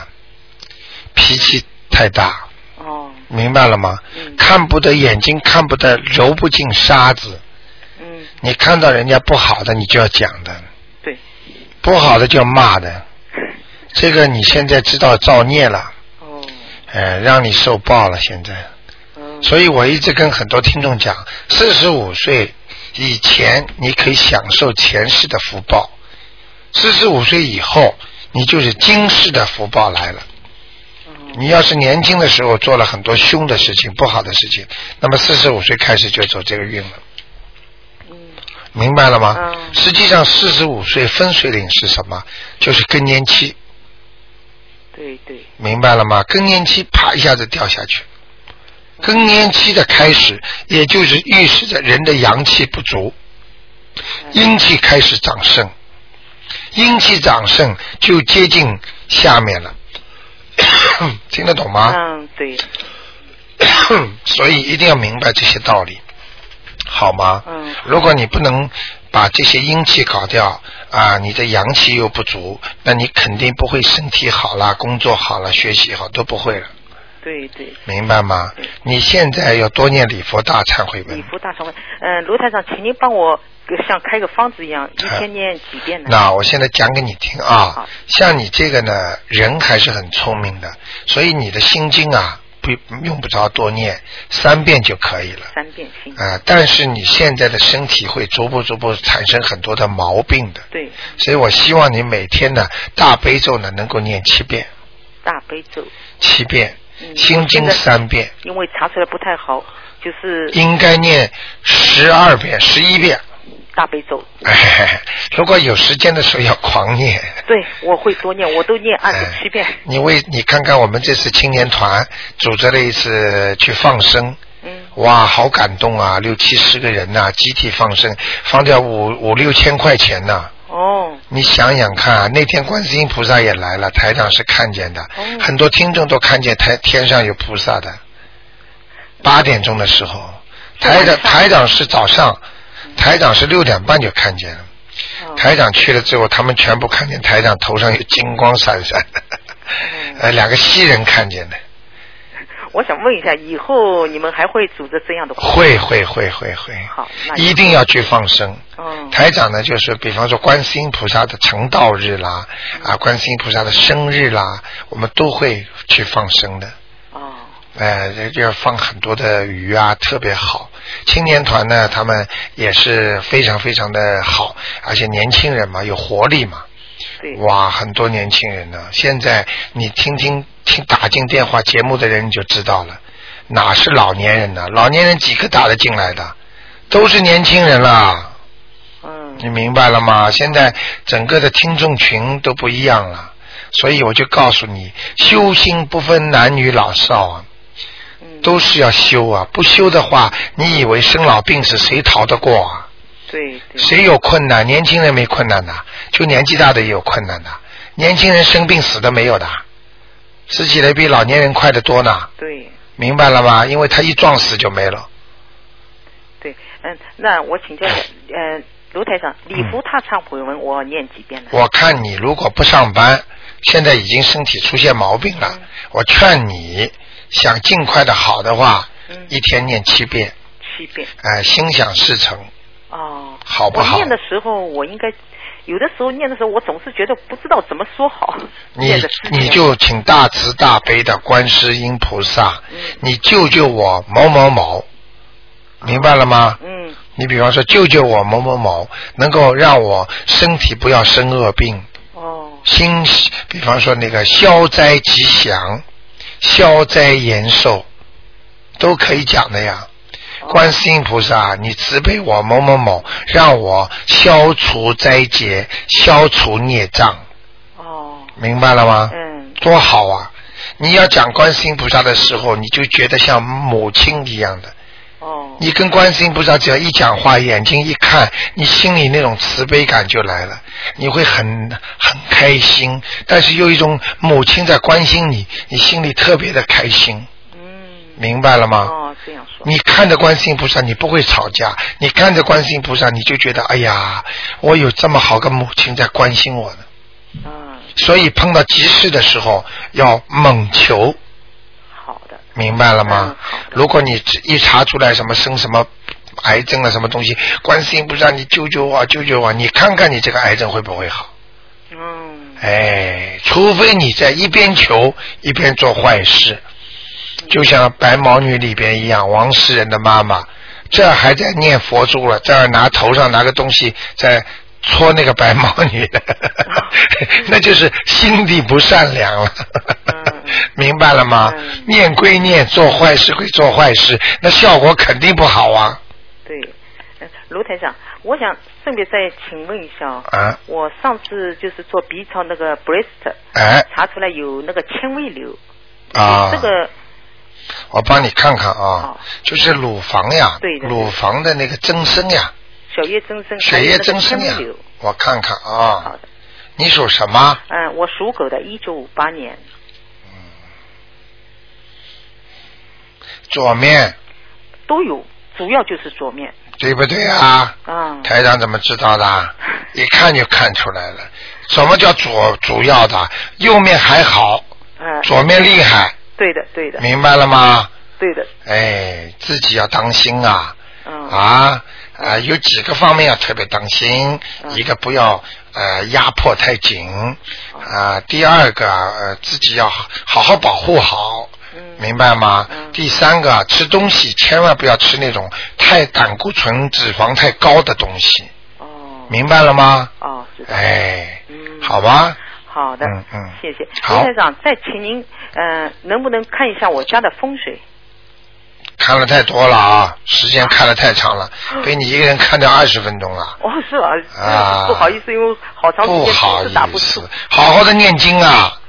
A: 脾气太大，
E: 哦
A: 明白了吗？
E: 嗯
A: 看不得眼睛看不得，揉不进沙子。
E: 嗯，
A: 你看到人家不好的，你就要讲的，
E: 对
A: 不好的就要骂的。这个你现在知道造孽了，
E: 哦
A: 呃，让你受报了。现在，
E: 嗯
A: 所以我一直跟很多听众讲，四十五岁以前你可以享受前世的福报，四十五岁以后你就是今世的福报来了。
E: 哦
A: 你要是年轻的时候做了很多凶的事情、不好的事情，那么四十五岁开始就走这个运了。明白了吗？
E: 嗯
A: 实际上，四十五岁分水岭是什么？就是更年期，
E: 对对
A: 明白了吗？更年期啪一下子掉下去，更年期的开始，也就是预示着人的阳气不足，
E: 嗯
A: 阴气开始长盛，阴气长盛就接近下面了， 听得懂吗？
E: 嗯对
A: 所以一定要明白这些道理，好吗？
E: 嗯
A: 如果你不能把这些阴气搞掉啊，你的阳气又不足，那你肯定不会身体好啦，工作好了，学习好都不会了，
E: 对对。
A: 明白吗？你现在要多念礼佛大忏悔
E: 礼
A: 文。
E: 佛大忏悔，嗯，卢台长，请您帮我像开个方子一样，一天念几遍
A: 嗯
E: 呢？
A: 那我现在讲给你听啊
E: 好，
A: 像你这个呢，人还是很聪明的，所以你的心经啊，不用不着多念，三遍就可以了。
E: 三遍心，
A: 啊、但是你现在的身体会逐步逐步产生很多的毛病的，
E: 对，
A: 所以我希望你每天呢大悲咒呢能够念七遍，
E: 大悲咒。
A: 七遍，
E: 嗯
A: 心经三遍，
E: 因为查出来不太好，就是
A: 应该念十二遍、十一遍。
E: 大悲咒。
A: 哎，如果有时间的时候要狂念。
E: 对，我会多念，我都念二
A: 哎
E: 十七遍。
A: 你为你看看我们这次青年团组织了一次去放生，
E: 嗯，
A: 哇，好感动啊！六七十个人呐、集体放生，放掉五五六千块钱呐、
E: 哦，
A: 你想想看啊，那天观世音菩萨也来了，台长是看见的，
E: 哦
A: 很多听众都看见台天上有菩萨的。八点钟的时候，
E: 是晚
A: 台长
E: 上
A: 台长是早上，台长是六点半就看见了。
E: 哦
A: 台长去了之后，他们全部看见台长头上有金光闪闪，
E: 嗯
A: 呃，两个西人看见的，
E: 我想问一下，以后你们还会组织这样的活动？
A: 会会会会会，
E: 好那就
A: 一定要去放生。
E: 嗯，
A: 台长呢，就是比方说观世音菩萨的成道日啦，
E: 嗯
A: 啊，观世音菩萨的生日啦，我们都会去放生的。
E: 哦，
A: 哎、这就要放很多的鱼啊，特别好。青年团呢，他们也是非常非常的好，而且年轻人嘛，有活力嘛。
E: 对，
A: 哇，很多年轻人呢，现在你听听听打进电话节目的人你就知道了，哪是老年人呢？老年人几个打得进来的，都是年轻人啦。
E: 嗯，
A: 你明白了吗？现在整个的听众群都不一样了，所以我就告诉你，修心不分男女老少啊，
E: 嗯
A: 都是要修啊。不修的话，你以为生老病死谁逃得过啊？
E: 对对，
A: 谁有困难？年轻人没困难的，就年纪大的也有困难的。年轻人生病死的没有的，死起来比老年人快得多呢，
E: 对
A: 明白了吗？因为他一撞死就没了。
E: 对，嗯，那我请教，呃，卢台长，礼佛大忏悔文我念几遍呢？
A: 我看你如果不上班，现在已经身体出现毛病了，我劝你想尽快的好的话，
E: 嗯，
A: 一天念七遍，
E: 七遍。
A: 哎、心想事成，
E: 哦，
A: 好不好
E: 我念的时候，我应该有的时候念的时候，我总是觉得不知道怎么说好。念
A: 你
E: 的时候
A: 你就请大慈大悲的观世音菩萨，
E: 嗯
A: 你救救我某某某，明白了吗？
E: 嗯
A: 你比方说救救我某某某，能够让我身体不要生恶病，
E: 哦
A: 心比方说那个消灾吉祥、消灾延寿，都可以讲的呀。观世音菩萨，你慈悲我某某某，让我消除灾劫、消除孽障，
E: 哦
A: 明白了吗？
E: 嗯
A: 多好啊！你要讲观世音菩萨的时候，你就觉得像母亲一样的。
E: 哦
A: 你跟观世音菩萨只要一讲话，眼睛一看，你心里那种慈悲感就来了，你会很很开心，但是又一种母亲在关心你，你心里特别的开心，
E: 嗯
A: 明白了吗？
E: 哦这样
A: 啊
E: 说
A: 你看着观世音菩萨，你不会吵架；你看着观世音菩萨，你就觉得哎呀，我有这么好个母亲在关心我呢。
E: 嗯
A: 所以碰到急事的时候要猛求，
E: 好的
A: 明白了吗
E: 嗯？好的
A: 如果你一查出来什么生什么癌症啊了什么东西，观世音菩萨，你救啊救我，救救我！你看看你这个癌症会不会好？
E: 嗯
A: 哎，除非你在一边求一边做坏事，就像《白毛女》里边一样，王石人的妈妈，这儿还在念佛珠了，这儿拿头上拿个东西在戳那个白毛女 的，那就是心地不善良了，
E: 嗯
A: 明白了吗
E: 嗯？
A: 念归念，做坏事归做坏事，那效果肯定不好啊！
E: 对，呃卢台长，我想顺便再请问一下哦
A: 啊，
E: 我上次就是做 B 超那个 breast
A: 哎
E: 查出来有那个纤维瘤，
A: 啊，
E: 这个
A: 我帮你看看啊
E: 好，
A: 就是乳房呀
E: 对，的
A: 乳房的那个增生呀。
E: 小叶增生，还
A: 血
E: 有那
A: 液
E: 个
A: 增生
E: 纤
A: 呀
E: 维瘤。
A: 我看看
E: 好
A: 啊，
E: 的，
A: 你属什么？
E: 嗯，我属狗的，一九五八年，
A: 左面，
E: 都有，主要就是左面
A: 对不对啊？
E: 啊。
A: 台长怎么知道的？一看就看出来了。什么叫左主要的？右面还好，
E: 嗯，
A: 左面厉害，
E: 对的，对的，
A: 明白了吗？
E: 对的，
A: 哎，自己要当心啊
E: 嗯，
A: 啊啊！有几个方面要特别当心，
E: 嗯
A: 一个不要呃压迫太紧
E: 嗯
A: 啊，第二个呃自己要好好保护好，
E: 嗯，
A: 明白吗？
E: 嗯
A: 第三个啊，吃东西千万不要吃那种太胆固醇、脂肪太高的东西，
E: 哦，
A: 明白了吗？
E: 哦，知道，
A: 哎，
E: 嗯，
A: 好吧，
E: 好的，
A: 嗯嗯
E: 谢谢。
A: 好
E: 卢台长，再请您，呃，能不能看一下我家的风水？
A: 看了太多了啊，时间看了太长 了，被你一个人看掉二十分钟了，
E: 哦，是吧？
A: 啊
E: 不好意思，因为好长时
A: 不
E: 间
A: 好
E: 总是打
A: 意
E: 不出
A: 思，，好好的念经啊，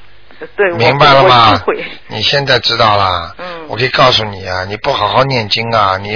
E: 对，我
A: 明白了
E: 我
A: 吗
E: 智慧，？
A: 你现在知道了，
E: 嗯
A: 我可以告诉你啊，你不好好念经啊，你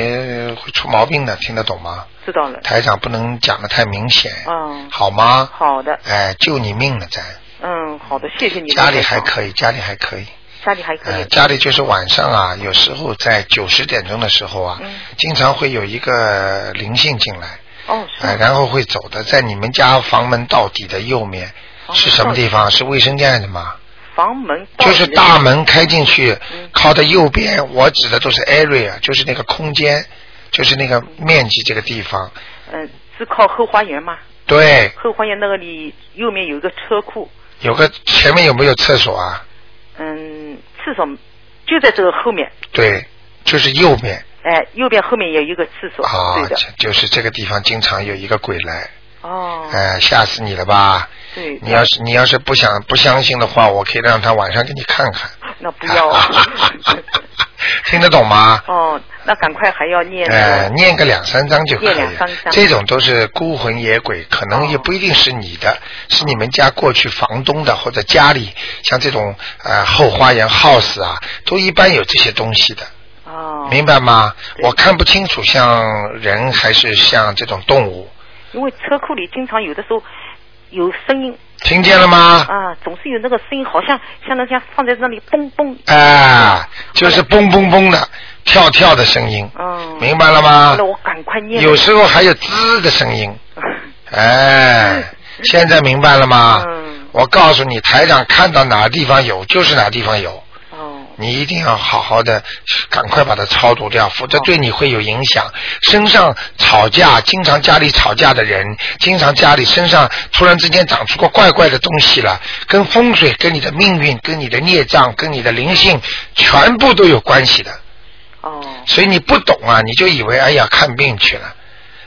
A: 会出毛病的，听得懂吗？
E: 知道了。
A: 台长不能讲的太明显，
E: 嗯
A: 好吗？
E: 好的，
A: 哎，救你命了，咱
E: 嗯，好的，谢谢你。
A: 家里还
E: 以，
A: 可以，家里还可以，
E: 家里还可
A: 呃
E: 以，。
A: 家里就是晚上啊，有时候在九十点钟的时候啊，
E: 嗯
A: 经常会有一个灵性进来，
E: 哦，是
A: 哎、
E: 吗。
A: 然后会走的，在你们家房门到底的右面、
E: 哦
A: 是什么地方？是卫生间的吗？
E: 房门到
A: 就是
E: 你的
A: 大门开进去，
E: 哦嗯
A: 靠的右边，我指的都是 area，就是那个空间，就是那个面积这个地方。
E: 嗯，是靠后花园吗？
A: 对，
E: 后花园那个里右面有一个车库，
A: 有个前面有没有厕所啊？
E: 嗯，厕所就在这个后面，
A: 对，就是右面
E: 哎，右边后面也有一个厕所，
A: 啊
E: 对的，，
A: 就是这个地方经常有一个鬼来，
E: 哦，
A: 哎，吓死你了吧？
E: 对，
A: 你要是你要是不想不相信的话，我可以让他晚上给你看看。
E: 那不 要 啊
A: 听得懂吗？
E: 哦，那赶快还要念
A: 哎，
E: 呢，
A: 念个两三章就可以
E: 念两
A: 了
E: 三。章
A: 这种都是孤魂野鬼，可能也
E: 哦
A: 不一定是你的，是你们家过去房东的或者家里像这种呃后花园 house 啊，都一般有这些东西的。
E: 哦，
A: 明白吗？
E: 对
A: 我看不清楚像人还是像这种动物。
E: 因为车库里经常有的时候有声音，
A: 听见了吗？
E: 啊，总是有那个声音，好像像那家放在那里嘣嘣。
A: 啊，就是嘣嘣嘣的跳跳的声音，
E: 嗯。
A: 明白了吗
E: 那？我赶快念。
A: 啊有时候还有滋的声音，哎，现在明白了吗？
E: 嗯。
A: 我告诉你，台长看到哪个地方有，就是哪个地方有，
E: 哦。
A: 你一定要好好的，赶快把它超度掉，否则对你会有影响。身上吵架，经常家里吵架的人，经常家里身上突然之间长出个怪怪的东西了，跟风水、跟你的命运、跟你的孽障、跟你的灵性，全部都有关系的。
E: 哦。
A: 所以你不懂啊，你就以为哎呀看病去了，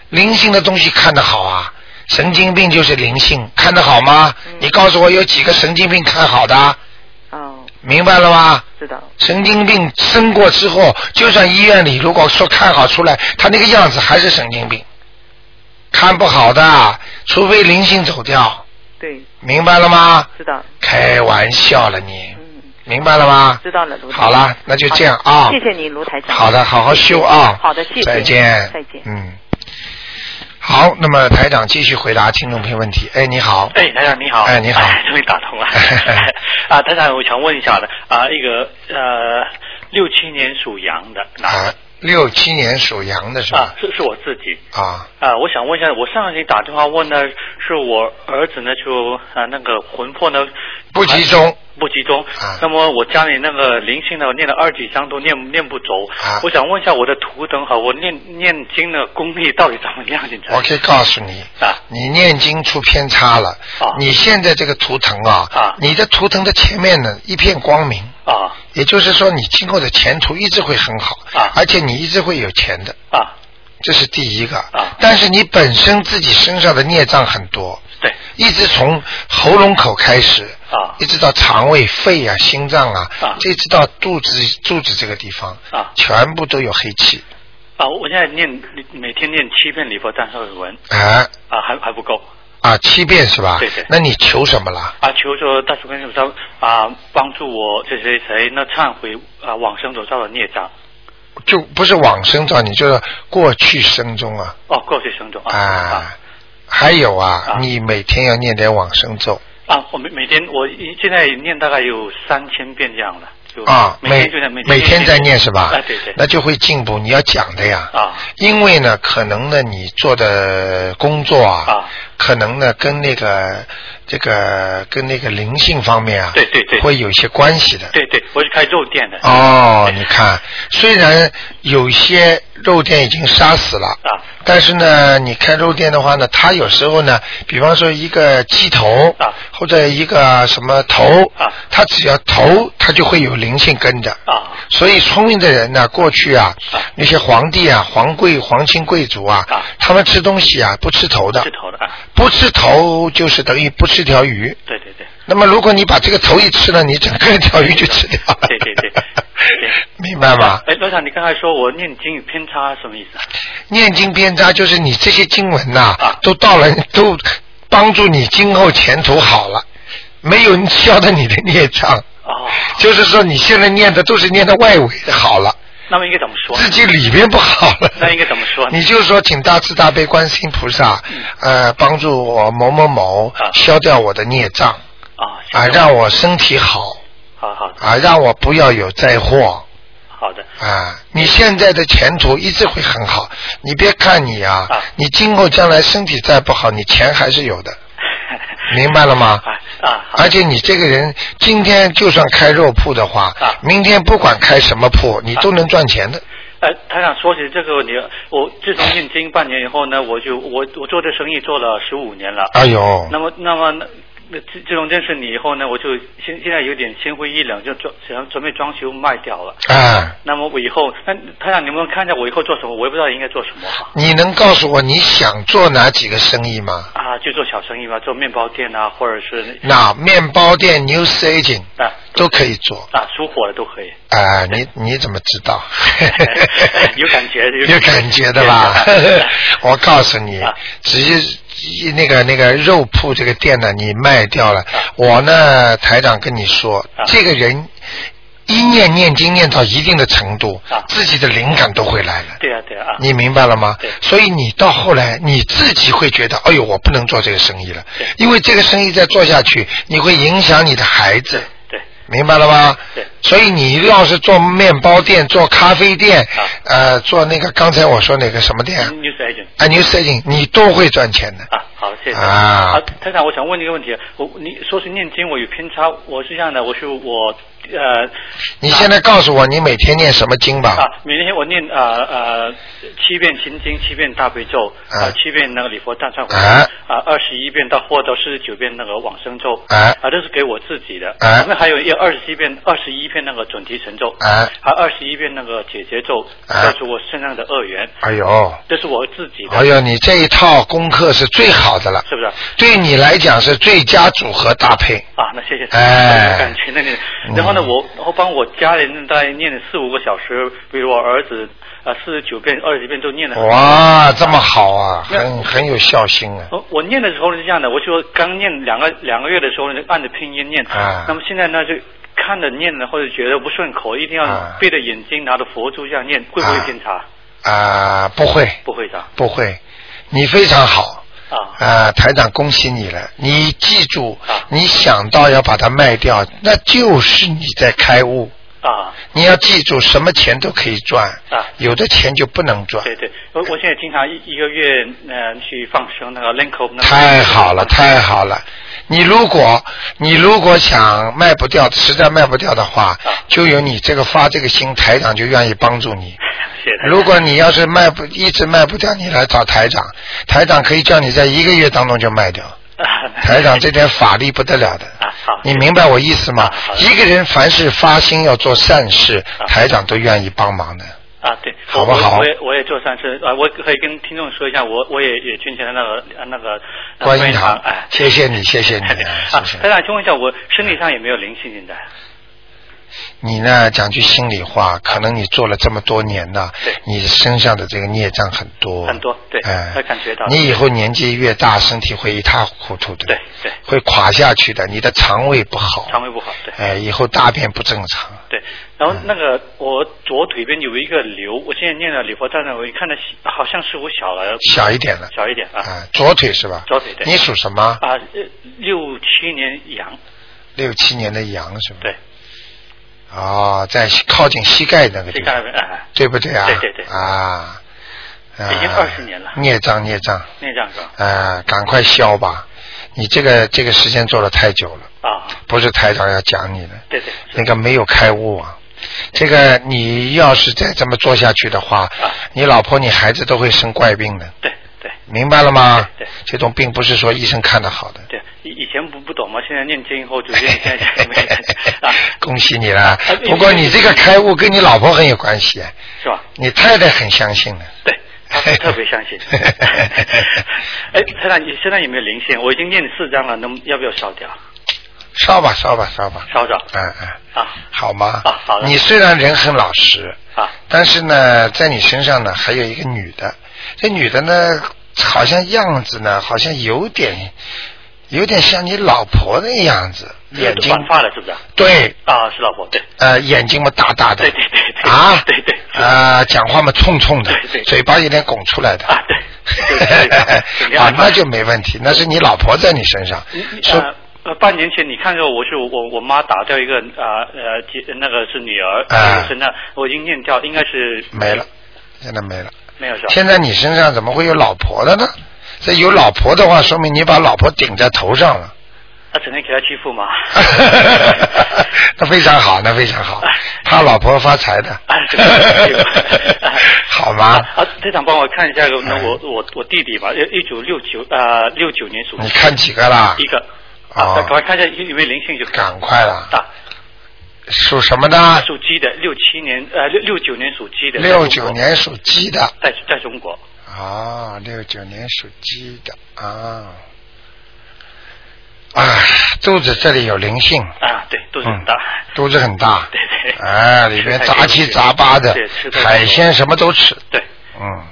A: 灵性的东西看得好啊，神经病就是灵性，看得好吗？你告诉我有几个神经病看好的，
E: 哦，
A: 明白了吗？
E: 知道。
A: 神经病生过之后，就算医院里如果说看好出来，他那个样子还是神经病，看不好的，除非灵性走掉，
E: 对，
A: 明白了吗？
E: 知道。
A: 开玩笑了你，
E: 嗯，
A: 明白了吗？
E: 知道了，卢台长。
A: 好了，那就这样啊。
E: 好的谢谢您，卢台长。
A: 好的，好好修啊。
E: 好的谢谢
A: 再见。
E: 再见
A: 嗯。好，那么台长继续回答听众朋友问题。哎，你好。
F: 哎，台长你好。
A: 哎你好
F: 终于打 通了。啊，台长，我想问一下的啊，一个呃，六七年属羊的男
A: 啊，六七年属羊的是
F: 的啊
A: 吧？，
F: 是是我自己
A: 啊
F: 啊，我想问一下，我上一次打电话问呢，是我儿子呢就啊那个魂魄呢
A: 不集中。
F: 不集中
A: 啊，
F: 那么我家里那个灵性呢，我念了二几章都念念不走
A: 啊。
F: 我想问一下我的图腾和我念念经的功力到底怎么样？现在
A: 我可以告诉你，
F: 哎啊
A: 你念经出偏差了。
F: 啊
A: 你现在这个图腾啊，
F: 啊
A: 你的图腾的前面呢一片光明，
F: 啊
A: 也就是说你今后的前途一直会很好，
F: 啊
A: 而且你一直会有钱的，
F: 啊，
A: 这是第一个。
F: 啊
A: 但是你本身自己身上的孽障很多，
F: 对
A: 一直从喉咙口开始，
F: 啊
A: 一直到肠胃、肺啊、心脏啊，
F: 啊
A: 这一直到肚子、肚子这个地方，
F: 啊
A: 全部都有黑气
F: 啊，我现在念每天念七遍礼佛大忏悔文。
A: 啊
F: 啊，还还不够
A: 啊，七遍是吧？
F: 对对
A: 那你求什么了？
F: 啊！求求大慈观世音菩萨啊，帮助我谁谁谁那忏悔啊往生所造的孽障
A: 就不是往生咒，你就是过去生中啊
F: 哦，过去生中
A: 啊
F: 啊啊
A: 还有啊，
F: 啊
A: 你每天要念点往生咒
F: 啊！我每每天我一现在念大概有三千遍这样的，就
A: 啊，
F: 每天就在
A: 每天在念是吧？
F: 啊，对对
A: 那就会进步，你要讲的呀。
F: 啊
A: 因为呢，可能呢，你做的工作啊，
F: 啊
A: 可能呢跟那个这个跟那个灵性方面啊，
F: 对对对
A: 会有一些关系的。
F: 对对，我是开肉店的
A: 哦，你看，虽然有些肉店已经杀死了，
F: 啊
A: 但是呢，你开肉店的话呢，它有时候呢，比方说一个鸡头
F: 啊
A: 或者一个什么头
F: 啊
A: 它只要头，它就会有灵性跟着。
F: 啊
A: 所以聪明的人呢，过去啊，那些皇帝啊、皇贵、皇亲贵族啊
F: 啊，
A: 他们吃东西啊不吃头的
F: 是，头的啊，
A: 不吃头就是等于不吃条鱼。
F: 对对对
A: 那么如果你把这个头一吃了，你整个条鱼就吃掉了。
F: 对 对对对
A: 明白吗？
F: 哎，罗长，你刚才说我念经有偏差什么意思啊？
A: 念经偏差就是你这些经文呐、
F: 啊
A: 都到了都帮助你今后前途好了，没有消的你的孽障。
F: 哦，
A: 就是说你现在念的都是念的外围的好了。
F: 那么应该怎么说？
A: 自己里边不好了。
F: 那应该怎么说呢嗯
A: 你就说，请大慈大悲观世音菩萨，呃，帮助我某某某
F: 啊
A: 消掉我的孽障
F: 啊，
A: 啊，
F: 行
A: 让我身体好
F: 好好
A: 啊，让我不要有灾祸
F: 好的
A: 啊。你现在的前途一直会很好，你别看你啊
F: 啊，
A: 你今后将来身体再不好，你钱还是有的，明白了吗？
F: 啊啊好
A: 而且你这个人，今天就算开肉铺的话
F: 啊，
A: 明天不管开什么铺，你都能赚钱的。
F: 呃，台长说起这个问题，我自从念经半年以后呢，我就我我做这生意做了十五年了。
A: 哎呦，
F: 啊那么那么那自自从认识你以后呢，我就现现在有点心灰意冷，就准想准备装修卖掉了。
A: 啊。
F: 那么我以后，那台长，你们看一下我以后做什么？我也不知道应该做什么好
A: 你能告诉我你想做哪几个生意吗？
F: 啊，就做小生意吧，做面包店啊，或者是
A: 那面包店、牛 e w s agent
F: 啊
A: 都可以做
F: 啊属火的都可以。？
A: 啊、你你怎么知道
F: 有感觉有感觉
A: 有感觉的吧？ 我告诉你
F: 啊，
A: 直接一那个那个肉铺这个店呢，你卖掉了，我呢台长跟你说，
F: 啊
A: 这个人一念念经念到一定的程度
F: 啊，
A: 自己的灵感都会来了。
F: 对啊对啊啊，
A: 你明白了吗
F: 对？
A: 所以你到后来你自己会觉得，哎呦，我不能做这个生意了
F: 对，
A: 因为这个生意再做下去，你会影响你的孩子，
F: 对
A: 明白了吗
F: 对？
A: 所以你要是做面包店、做咖啡店
F: 啊，嗯
A: 呃，做那个刚才我说那个什么店啊
F: ，news agent。
A: 啊，New s e t 你都会赚钱的。
F: 啊，好，谢谢。
A: 啊
F: 台长，我想问你一个问题，我你说是念经，我有偏差，我是这样的，我是我呃，
A: 你现在告诉我你每天念什么经吧？
F: 啊，每天我念呃呃七遍心经，七遍大悲咒，
A: 啊
F: 呃七遍那个礼佛大忏悔，
A: 啊
F: 啊二十一遍到或到四十九遍那个往生咒，
A: 啊
F: 啊这是给我自己的，
A: 啊
F: 我们还有一二十一遍二十一遍那个准提神咒，
A: 啊，
F: 还二十一遍那个解结咒，
A: 啊
F: 消除我身上的恶缘，
A: 哎呦，
F: 这是我自己的，
A: 哎呦，你这一套功课是最好的了，
F: 是啊不是？
A: 对你来讲是最佳组合搭配。
F: 啊，那谢谢，
A: 哎
F: 感觉那里。然后呢，
A: 嗯
F: 我我帮我家里人大概念了四五个小时，比如我儿子啊四十九遍、二十遍都念了。
A: 哇，这么好啊，
F: 那哦
A: 很很有孝心啊。
F: 我我念的时候是这样的，我就刚念两个两个月的时候呢，就按着拼音念。
A: 啊
F: 那么现在呢，就看着念了，或者觉得不顺口，一定要
A: 啊
F: 闭着眼睛拿着佛珠这样念，会不会
A: 啊
F: 偏差？
A: 啊、不会，
F: 不会的啊
A: 不会，你非常好。
F: 啊
A: 啊、台长，恭喜你了！你记住
F: 啊，
A: 你想到要把它卖掉，那就是你在开悟。
F: 啊！
A: 你要记住，什么钱都可以赚，
F: 啊
A: 有的钱就不能赚。
F: 对对，我我现在经常一一个月呃去放生那个 l i n k o 那个
A: 太好
F: 嗯
A: 了，太好了！你如果你如果想卖不掉，实在卖不掉的话，
F: 啊
A: 就有你这个发这个心，台长就愿意帮助你。
F: 谢谢台长。
A: 如果你要是卖不一直卖不掉，你来找台长，台长可以叫你在一个月当中就卖 掉。台长这点法力不得了的
F: 啊 好，
A: 你明白我意思吗
F: 啊好？的
A: 一个人凡是发心要做善事，
F: 啊
A: 台长都愿意帮忙的。
F: 啊，对，
A: 好不好
F: 我我也我也做善事啊，我可以跟听众说一下，我我也也捐钱的那个呃那个呃
A: 观音
F: 堂
A: 堂
F: 哎，。
A: 谢谢你，谢谢你，
F: 啊
A: 谢，谢。
F: 台长，请问一下，我身体上有没有灵性？现在
A: 你呢？讲句心里话，可能你做了这么多年呢
F: 对，
A: 你身上的这个孽障很多，
F: 很多对
A: 哎
F: 我感觉到
A: 你以后年纪越大，身体会一塌糊涂的，
F: 对对
A: 会垮下去的。你的肠胃不好，
F: 肠胃不好，对
A: 哎，以后大便不正常。
F: 对。
A: 嗯
F: 然后那个我左腿边有一个瘤，我现在念了礼佛大忏悔，看着好像似乎小了，
A: 小一点了
F: 小一点啊
A: 啊，左腿是吧？
F: 左腿对
A: 你属什么？
F: 啊，呃六七年羊，
A: 六七年的羊是吧？
F: 对。，
A: 哦，在靠近膝盖那个地
F: 这
A: 方
F: 看，了啊，
A: 对不对啊？
F: 对对对
A: 啊。啊
F: 已经20年了
A: 孽障，孽障，
F: 那这样是吧？
A: 啊，赶快消吧！你这个这个时间做的太久了，
F: 啊，
A: 不是台长要讲你的，
F: 对对，是
A: 那个没有开悟啊。这个你要是再这么做下去的话，
F: 啊
A: 你老婆、你孩子都会生怪病的，
F: 对对。
A: 明白了吗？
F: 对对
A: 这种病不是说医生看得好的。
F: 对，以以前不不懂嘛，现在念经以后逐渐现在就没 啊，
A: 恭喜你啦
F: 哎！
A: 不过你这个开悟跟你老婆很有关系，啊
F: 是吧？
A: 你太太很相信 的。
F: 对，他是特别相信。哎，台长，你现在有没有灵性？我已经念四张了，能要不要烧掉？
A: 烧吧，烧吧，烧吧。
F: 烧掉
A: 嗯嗯。
F: 啊
A: 好吗？
F: 啊好的
A: 你虽然人很老实，
F: 啊
A: 但是呢，在你身上呢，还有一个女的，这女的呢，好像样子呢，好像有点，有点像你老婆的样子，眼睛
F: 短发了是不是？
A: 对，
F: 啊，是老婆，对
A: 呃，眼睛嘛大大的，
F: 对对对对
A: 啊，
F: 对对是
A: 啊，讲话嘛冲冲的，
F: 对对
A: 嘴巴有点拱出来的，
F: 啊对 对对对对
A: 啊，那就没问题，那是你老婆在你身上
F: 你你，
A: 说
F: 呃呃，半年前你看过我是我我妈打掉一个啊呃姐那个是女儿，
A: 啊
F: 是那我已经念掉，应该是
A: 没了，现在没了。
F: 没有是吧？
A: 现在你身上怎么会有老婆的呢？这有老婆的话，说明你把老婆顶在头上 了。
F: 他啊整天给他欺 负嘛。
A: 那非常好，那非常好，怕老婆发财的，
F: 啊，这个
A: 好吗？
F: 啊，队长帮我看一下，那我我我弟弟吧，一九六九啊六九年属
A: 你看几个啦
F: 一？个，
A: 哦
F: 啊，赶快看一下有有没有灵性就
A: 赶快啦
F: 啊，
A: 属什么的？
F: 属鸡的，六七年呃六六九年属鸡的，
A: 六九年属鸡的
F: 在中国在在中国
A: 啊，六九年属鸡的啊啊，肚子这里有灵性，
F: 啊，对，肚子很大，
A: 嗯肚子很大，
F: 对对
A: 哎，里边杂七杂八的
F: 对吃，太多
A: 海鲜什么都吃，
F: 对啊
A: 嗯，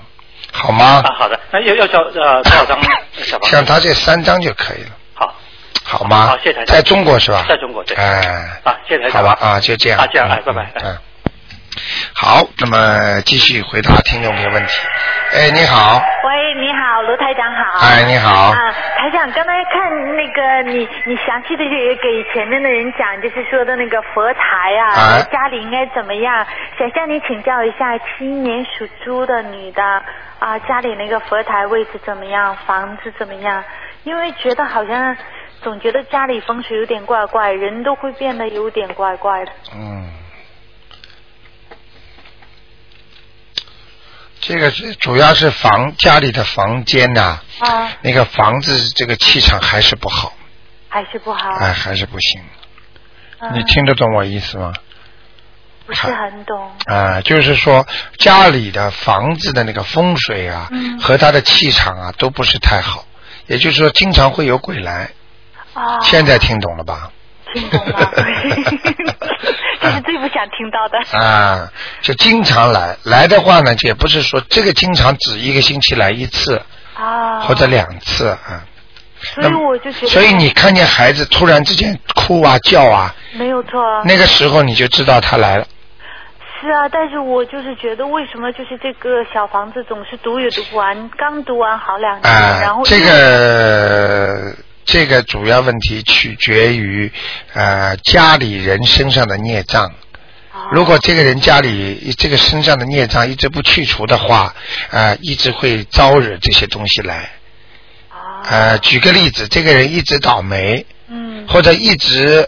A: 好吗
F: 啊，？好的，那要要叫呃多少张小房
A: 像
F: 子？
A: 他这三张就可以了，
F: 好，
A: 好吗？
F: 好谢谢台长
A: 在中国是吧？
F: 在中国对
A: 哎，
F: 啊谢谢台长
A: 好吧啊，就这样
F: 啊这样哎
A: 嗯
F: 拜拜
A: 嗯，好，那么继续回答听众朋友问题。哎，你好，
G: 喂，你好，卢台长好。
A: 哎，你好，
G: 啊，台长，刚才看那个你，你详细的给给前面的人讲，就是说的那个佛台啊，
A: 哎
G: 家里应该怎么样？想向你请教一下，七一年属猪的女的啊，家里那个佛台位置怎么样？房子怎么样？因为觉得好像总觉得家里风水有点怪怪，人都会变得有点怪怪的。
A: 嗯，这个是主要是房家里的房间呐、
G: 啊，
A: 那个房子这个气场还是不好，
G: 还是不好。
A: 哎，还是不行。
G: 嗯
A: 你听得懂我意思吗？
G: 不是很懂。
A: 啊、就是说家里的房子的那个风水啊，
G: 嗯
A: 和它的气场啊，都不是太好。也就是说，经常会有鬼来。
G: 哦。
A: 现在听懂了吧？
G: 听懂 了，这是最不想听到的。
A: 啊，就经常来，来的话呢，也不是说这个经常只一个星期来一次
G: 啊，
A: 或者两次啊。
G: 所以我就觉得，
A: 所以你看见孩子突然之间哭啊叫啊，
G: 没有错啊，
A: 那个时候你就知道他来了。
G: 是啊，但是我就是觉得，为什么就是这个小房子总是读也读不完，刚读完好两天，然
A: 啊、
G: 后
A: 这个这个主要问题取决于呃家里人身上的孽障。
G: 啊
A: 如果这个人家里这个身上的孽障一直不去除的话，呃，一直会招惹这些东西来。
G: 啊，
A: 呃，举个例子，这个人一直倒霉，
G: 嗯，
A: 或者一直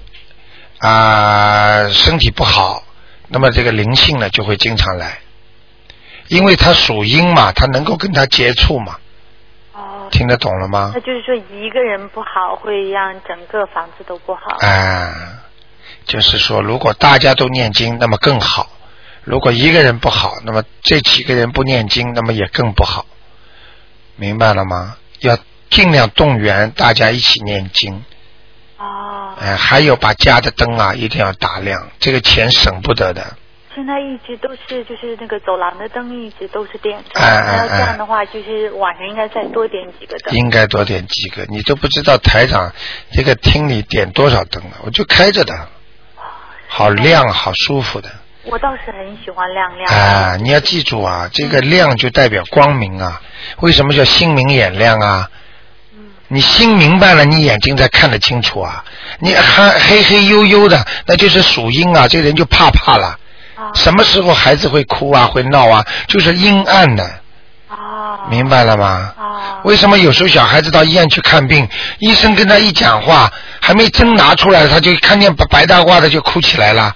A: 啊、身体不好，那么这个灵性呢就会经常来，因为他属阴嘛，他能够跟他接触嘛，
G: 哦，
A: 听得懂了吗？
G: 那就是说一个人不好，会让整个房子都不好。
A: 啊，就是说，如果大家都念经，那么更好；如果一个人不好，那么这几个人不念经，那么也更不好。明白了吗？要尽量动员大家一起念经。
G: 哦，
A: 哎、还有把家的灯啊，一定要打亮，这个钱省不得的。
G: 现在一直都是就是那个走廊的灯一直都是点着，
A: 哎哎
G: 要这
A: 哎
G: 样的话，就是晚上应该再多点几个灯。
A: 应该多点几个，你都不知道台长这个厅里点多少灯了，我就开着的，好亮，好舒服的。
G: 我倒是很喜欢亮亮的。
A: 啊，你要记住啊，这个亮就代表光明啊。为什么叫心明眼亮啊？
G: 嗯
A: 你心明白了，你眼睛才看得清楚啊。你还黑黑黝黝的，那就是属阴啊，这个人就怕怕了。
G: 啊
A: 什么时候孩子会哭啊，会闹啊，就是阴暗的，
G: 啊
A: 明白了吗？
G: 啊
A: 为什么有时候小孩子到医院去看病，医生跟他一讲话，还没针拿出来，他就看见白白大褂的就哭起来了？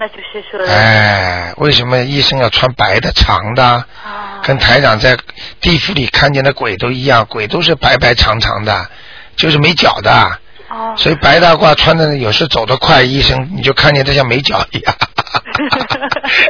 G: 那就是说，
A: 哎，为什么医生要穿白的、长的啊？
G: 啊，
A: 跟台长在地府里看见的鬼都一样，鬼都是白白长长的，就是没脚的，
G: 哦，
A: 所以白大褂穿的有时走得快，医生你就看见他像没脚一样，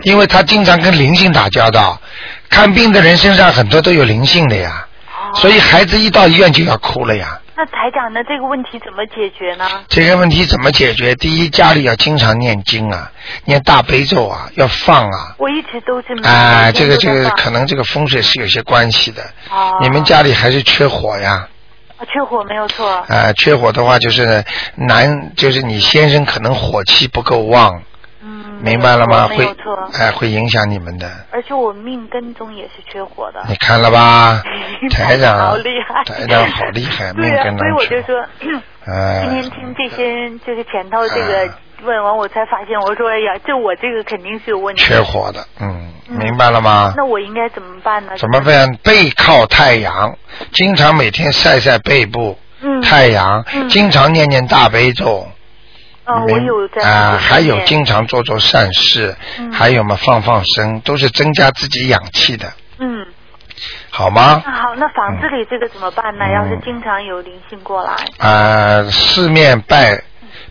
A: 因为他经常跟灵性打交道，看病的人身上很多都有灵性的呀，所以孩子一到医院就要哭了呀。
G: 那台长呢？这个问题怎么解决呢？
A: 这个问题怎么解决？第一，家里要经常念经啊，念大悲咒啊，要放啊。
G: 我一直都是没有
A: 啊，
G: 每
A: 这
G: 天
A: 个
G: 都
A: 这
G: 在
A: 个
G: 放
A: 可能这个风水是有些关系的。
G: 哦
A: 你们家里还是缺火呀？
G: 啊缺火没有错
A: 啊、缺火的话就是男，就是你先生可能火气不够旺，
G: 嗯，
A: 明白了吗？
G: 没
A: 会
G: 有错，
A: 哎、会影响你们的。
G: 而且我命根中也是缺火的。，
A: 你看了吧哎 台长，
G: 嗯好厉害，
A: 台长好厉害，命
G: 对啊，
A: 根
G: 所以
A: 难
G: 我
A: 求啊
G: 就。说，
A: 哎
G: 今天听这些就是前头这个
A: 哎
G: 问完，我才发现，我说哎呀，这我这个肯定是有问题。
A: 缺火的，嗯，
G: 嗯
A: 明白了吗？
G: 那我应该怎么办呢？
A: 怎么办？背靠太阳，经常每天晒晒背部，
G: 嗯，
A: 太阳，
G: 嗯
A: 经常念念大悲咒。
G: 嗯，我
A: 明
G: 有在
A: 啊、还有
G: 精
A: 经常做做善事，
G: 嗯
A: 还有嘛放放生，都是增加自己氧气的，
G: 嗯，
A: 好吗？
G: 那啊好，那房子里这个怎么办呢？
A: 嗯
G: 要是经常有灵性过来，
A: 啊、四面拜，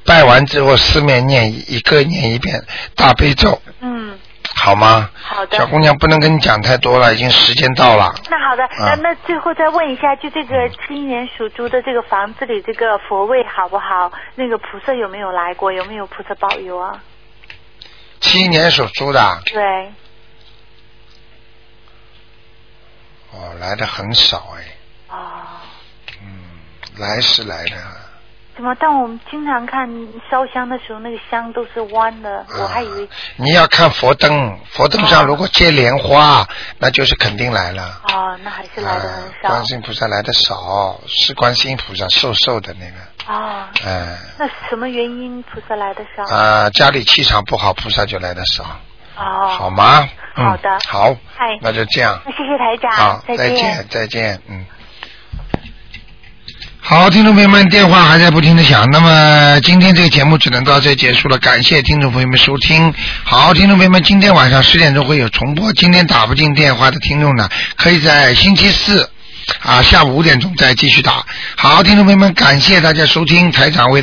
A: 拜完之后四面念一一个念一遍大悲咒，
G: 嗯，
A: 好吗？
G: 好的
A: 小。姑娘不能跟你讲太多了，已经时间到了。
G: 那好的，那、
A: 啊
G: 那最后再问一下，就这个七一年属猪的这个房子里这个佛位好不好？那个菩萨有没有来过？有没有菩萨保佑啊？
A: 七一年属猪的，
G: 对，
A: 哦，来的很少哎，
G: 哦，
A: 嗯，来是来的，
G: 怎么？但我们经常看烧香的时候，那个香都是弯
A: 啊
G: 的，我还以为
A: 你要看佛灯，佛灯上如果接莲花，那就是肯定来了。
G: 哦，那还是来的很
A: 啊，
G: 少
A: 观世音菩萨来的少，是观世音菩萨瘦瘦的那个，
G: 哦。
A: 嗯、
G: 那什么原因菩萨来的少？
A: 啊，家里气场不好，菩萨就来的少，
G: 哦，
A: 好吗？嗯、
G: 好的
A: 好，
G: 哎，
A: 那就这样，
G: 那谢谢台长，
A: 好，再
G: 见。
A: 见，再见，嗯。好，听众朋友们，电话还在不停的响。那么今天这个节目只能到这结束了，感谢听众朋友们收听。好，听众朋友们，今天晚上十点钟会有重播。今天打不进电话的听众呢，可以在星期四啊下午五点钟再继续打。好，听众朋友们，感谢大家收听台长为。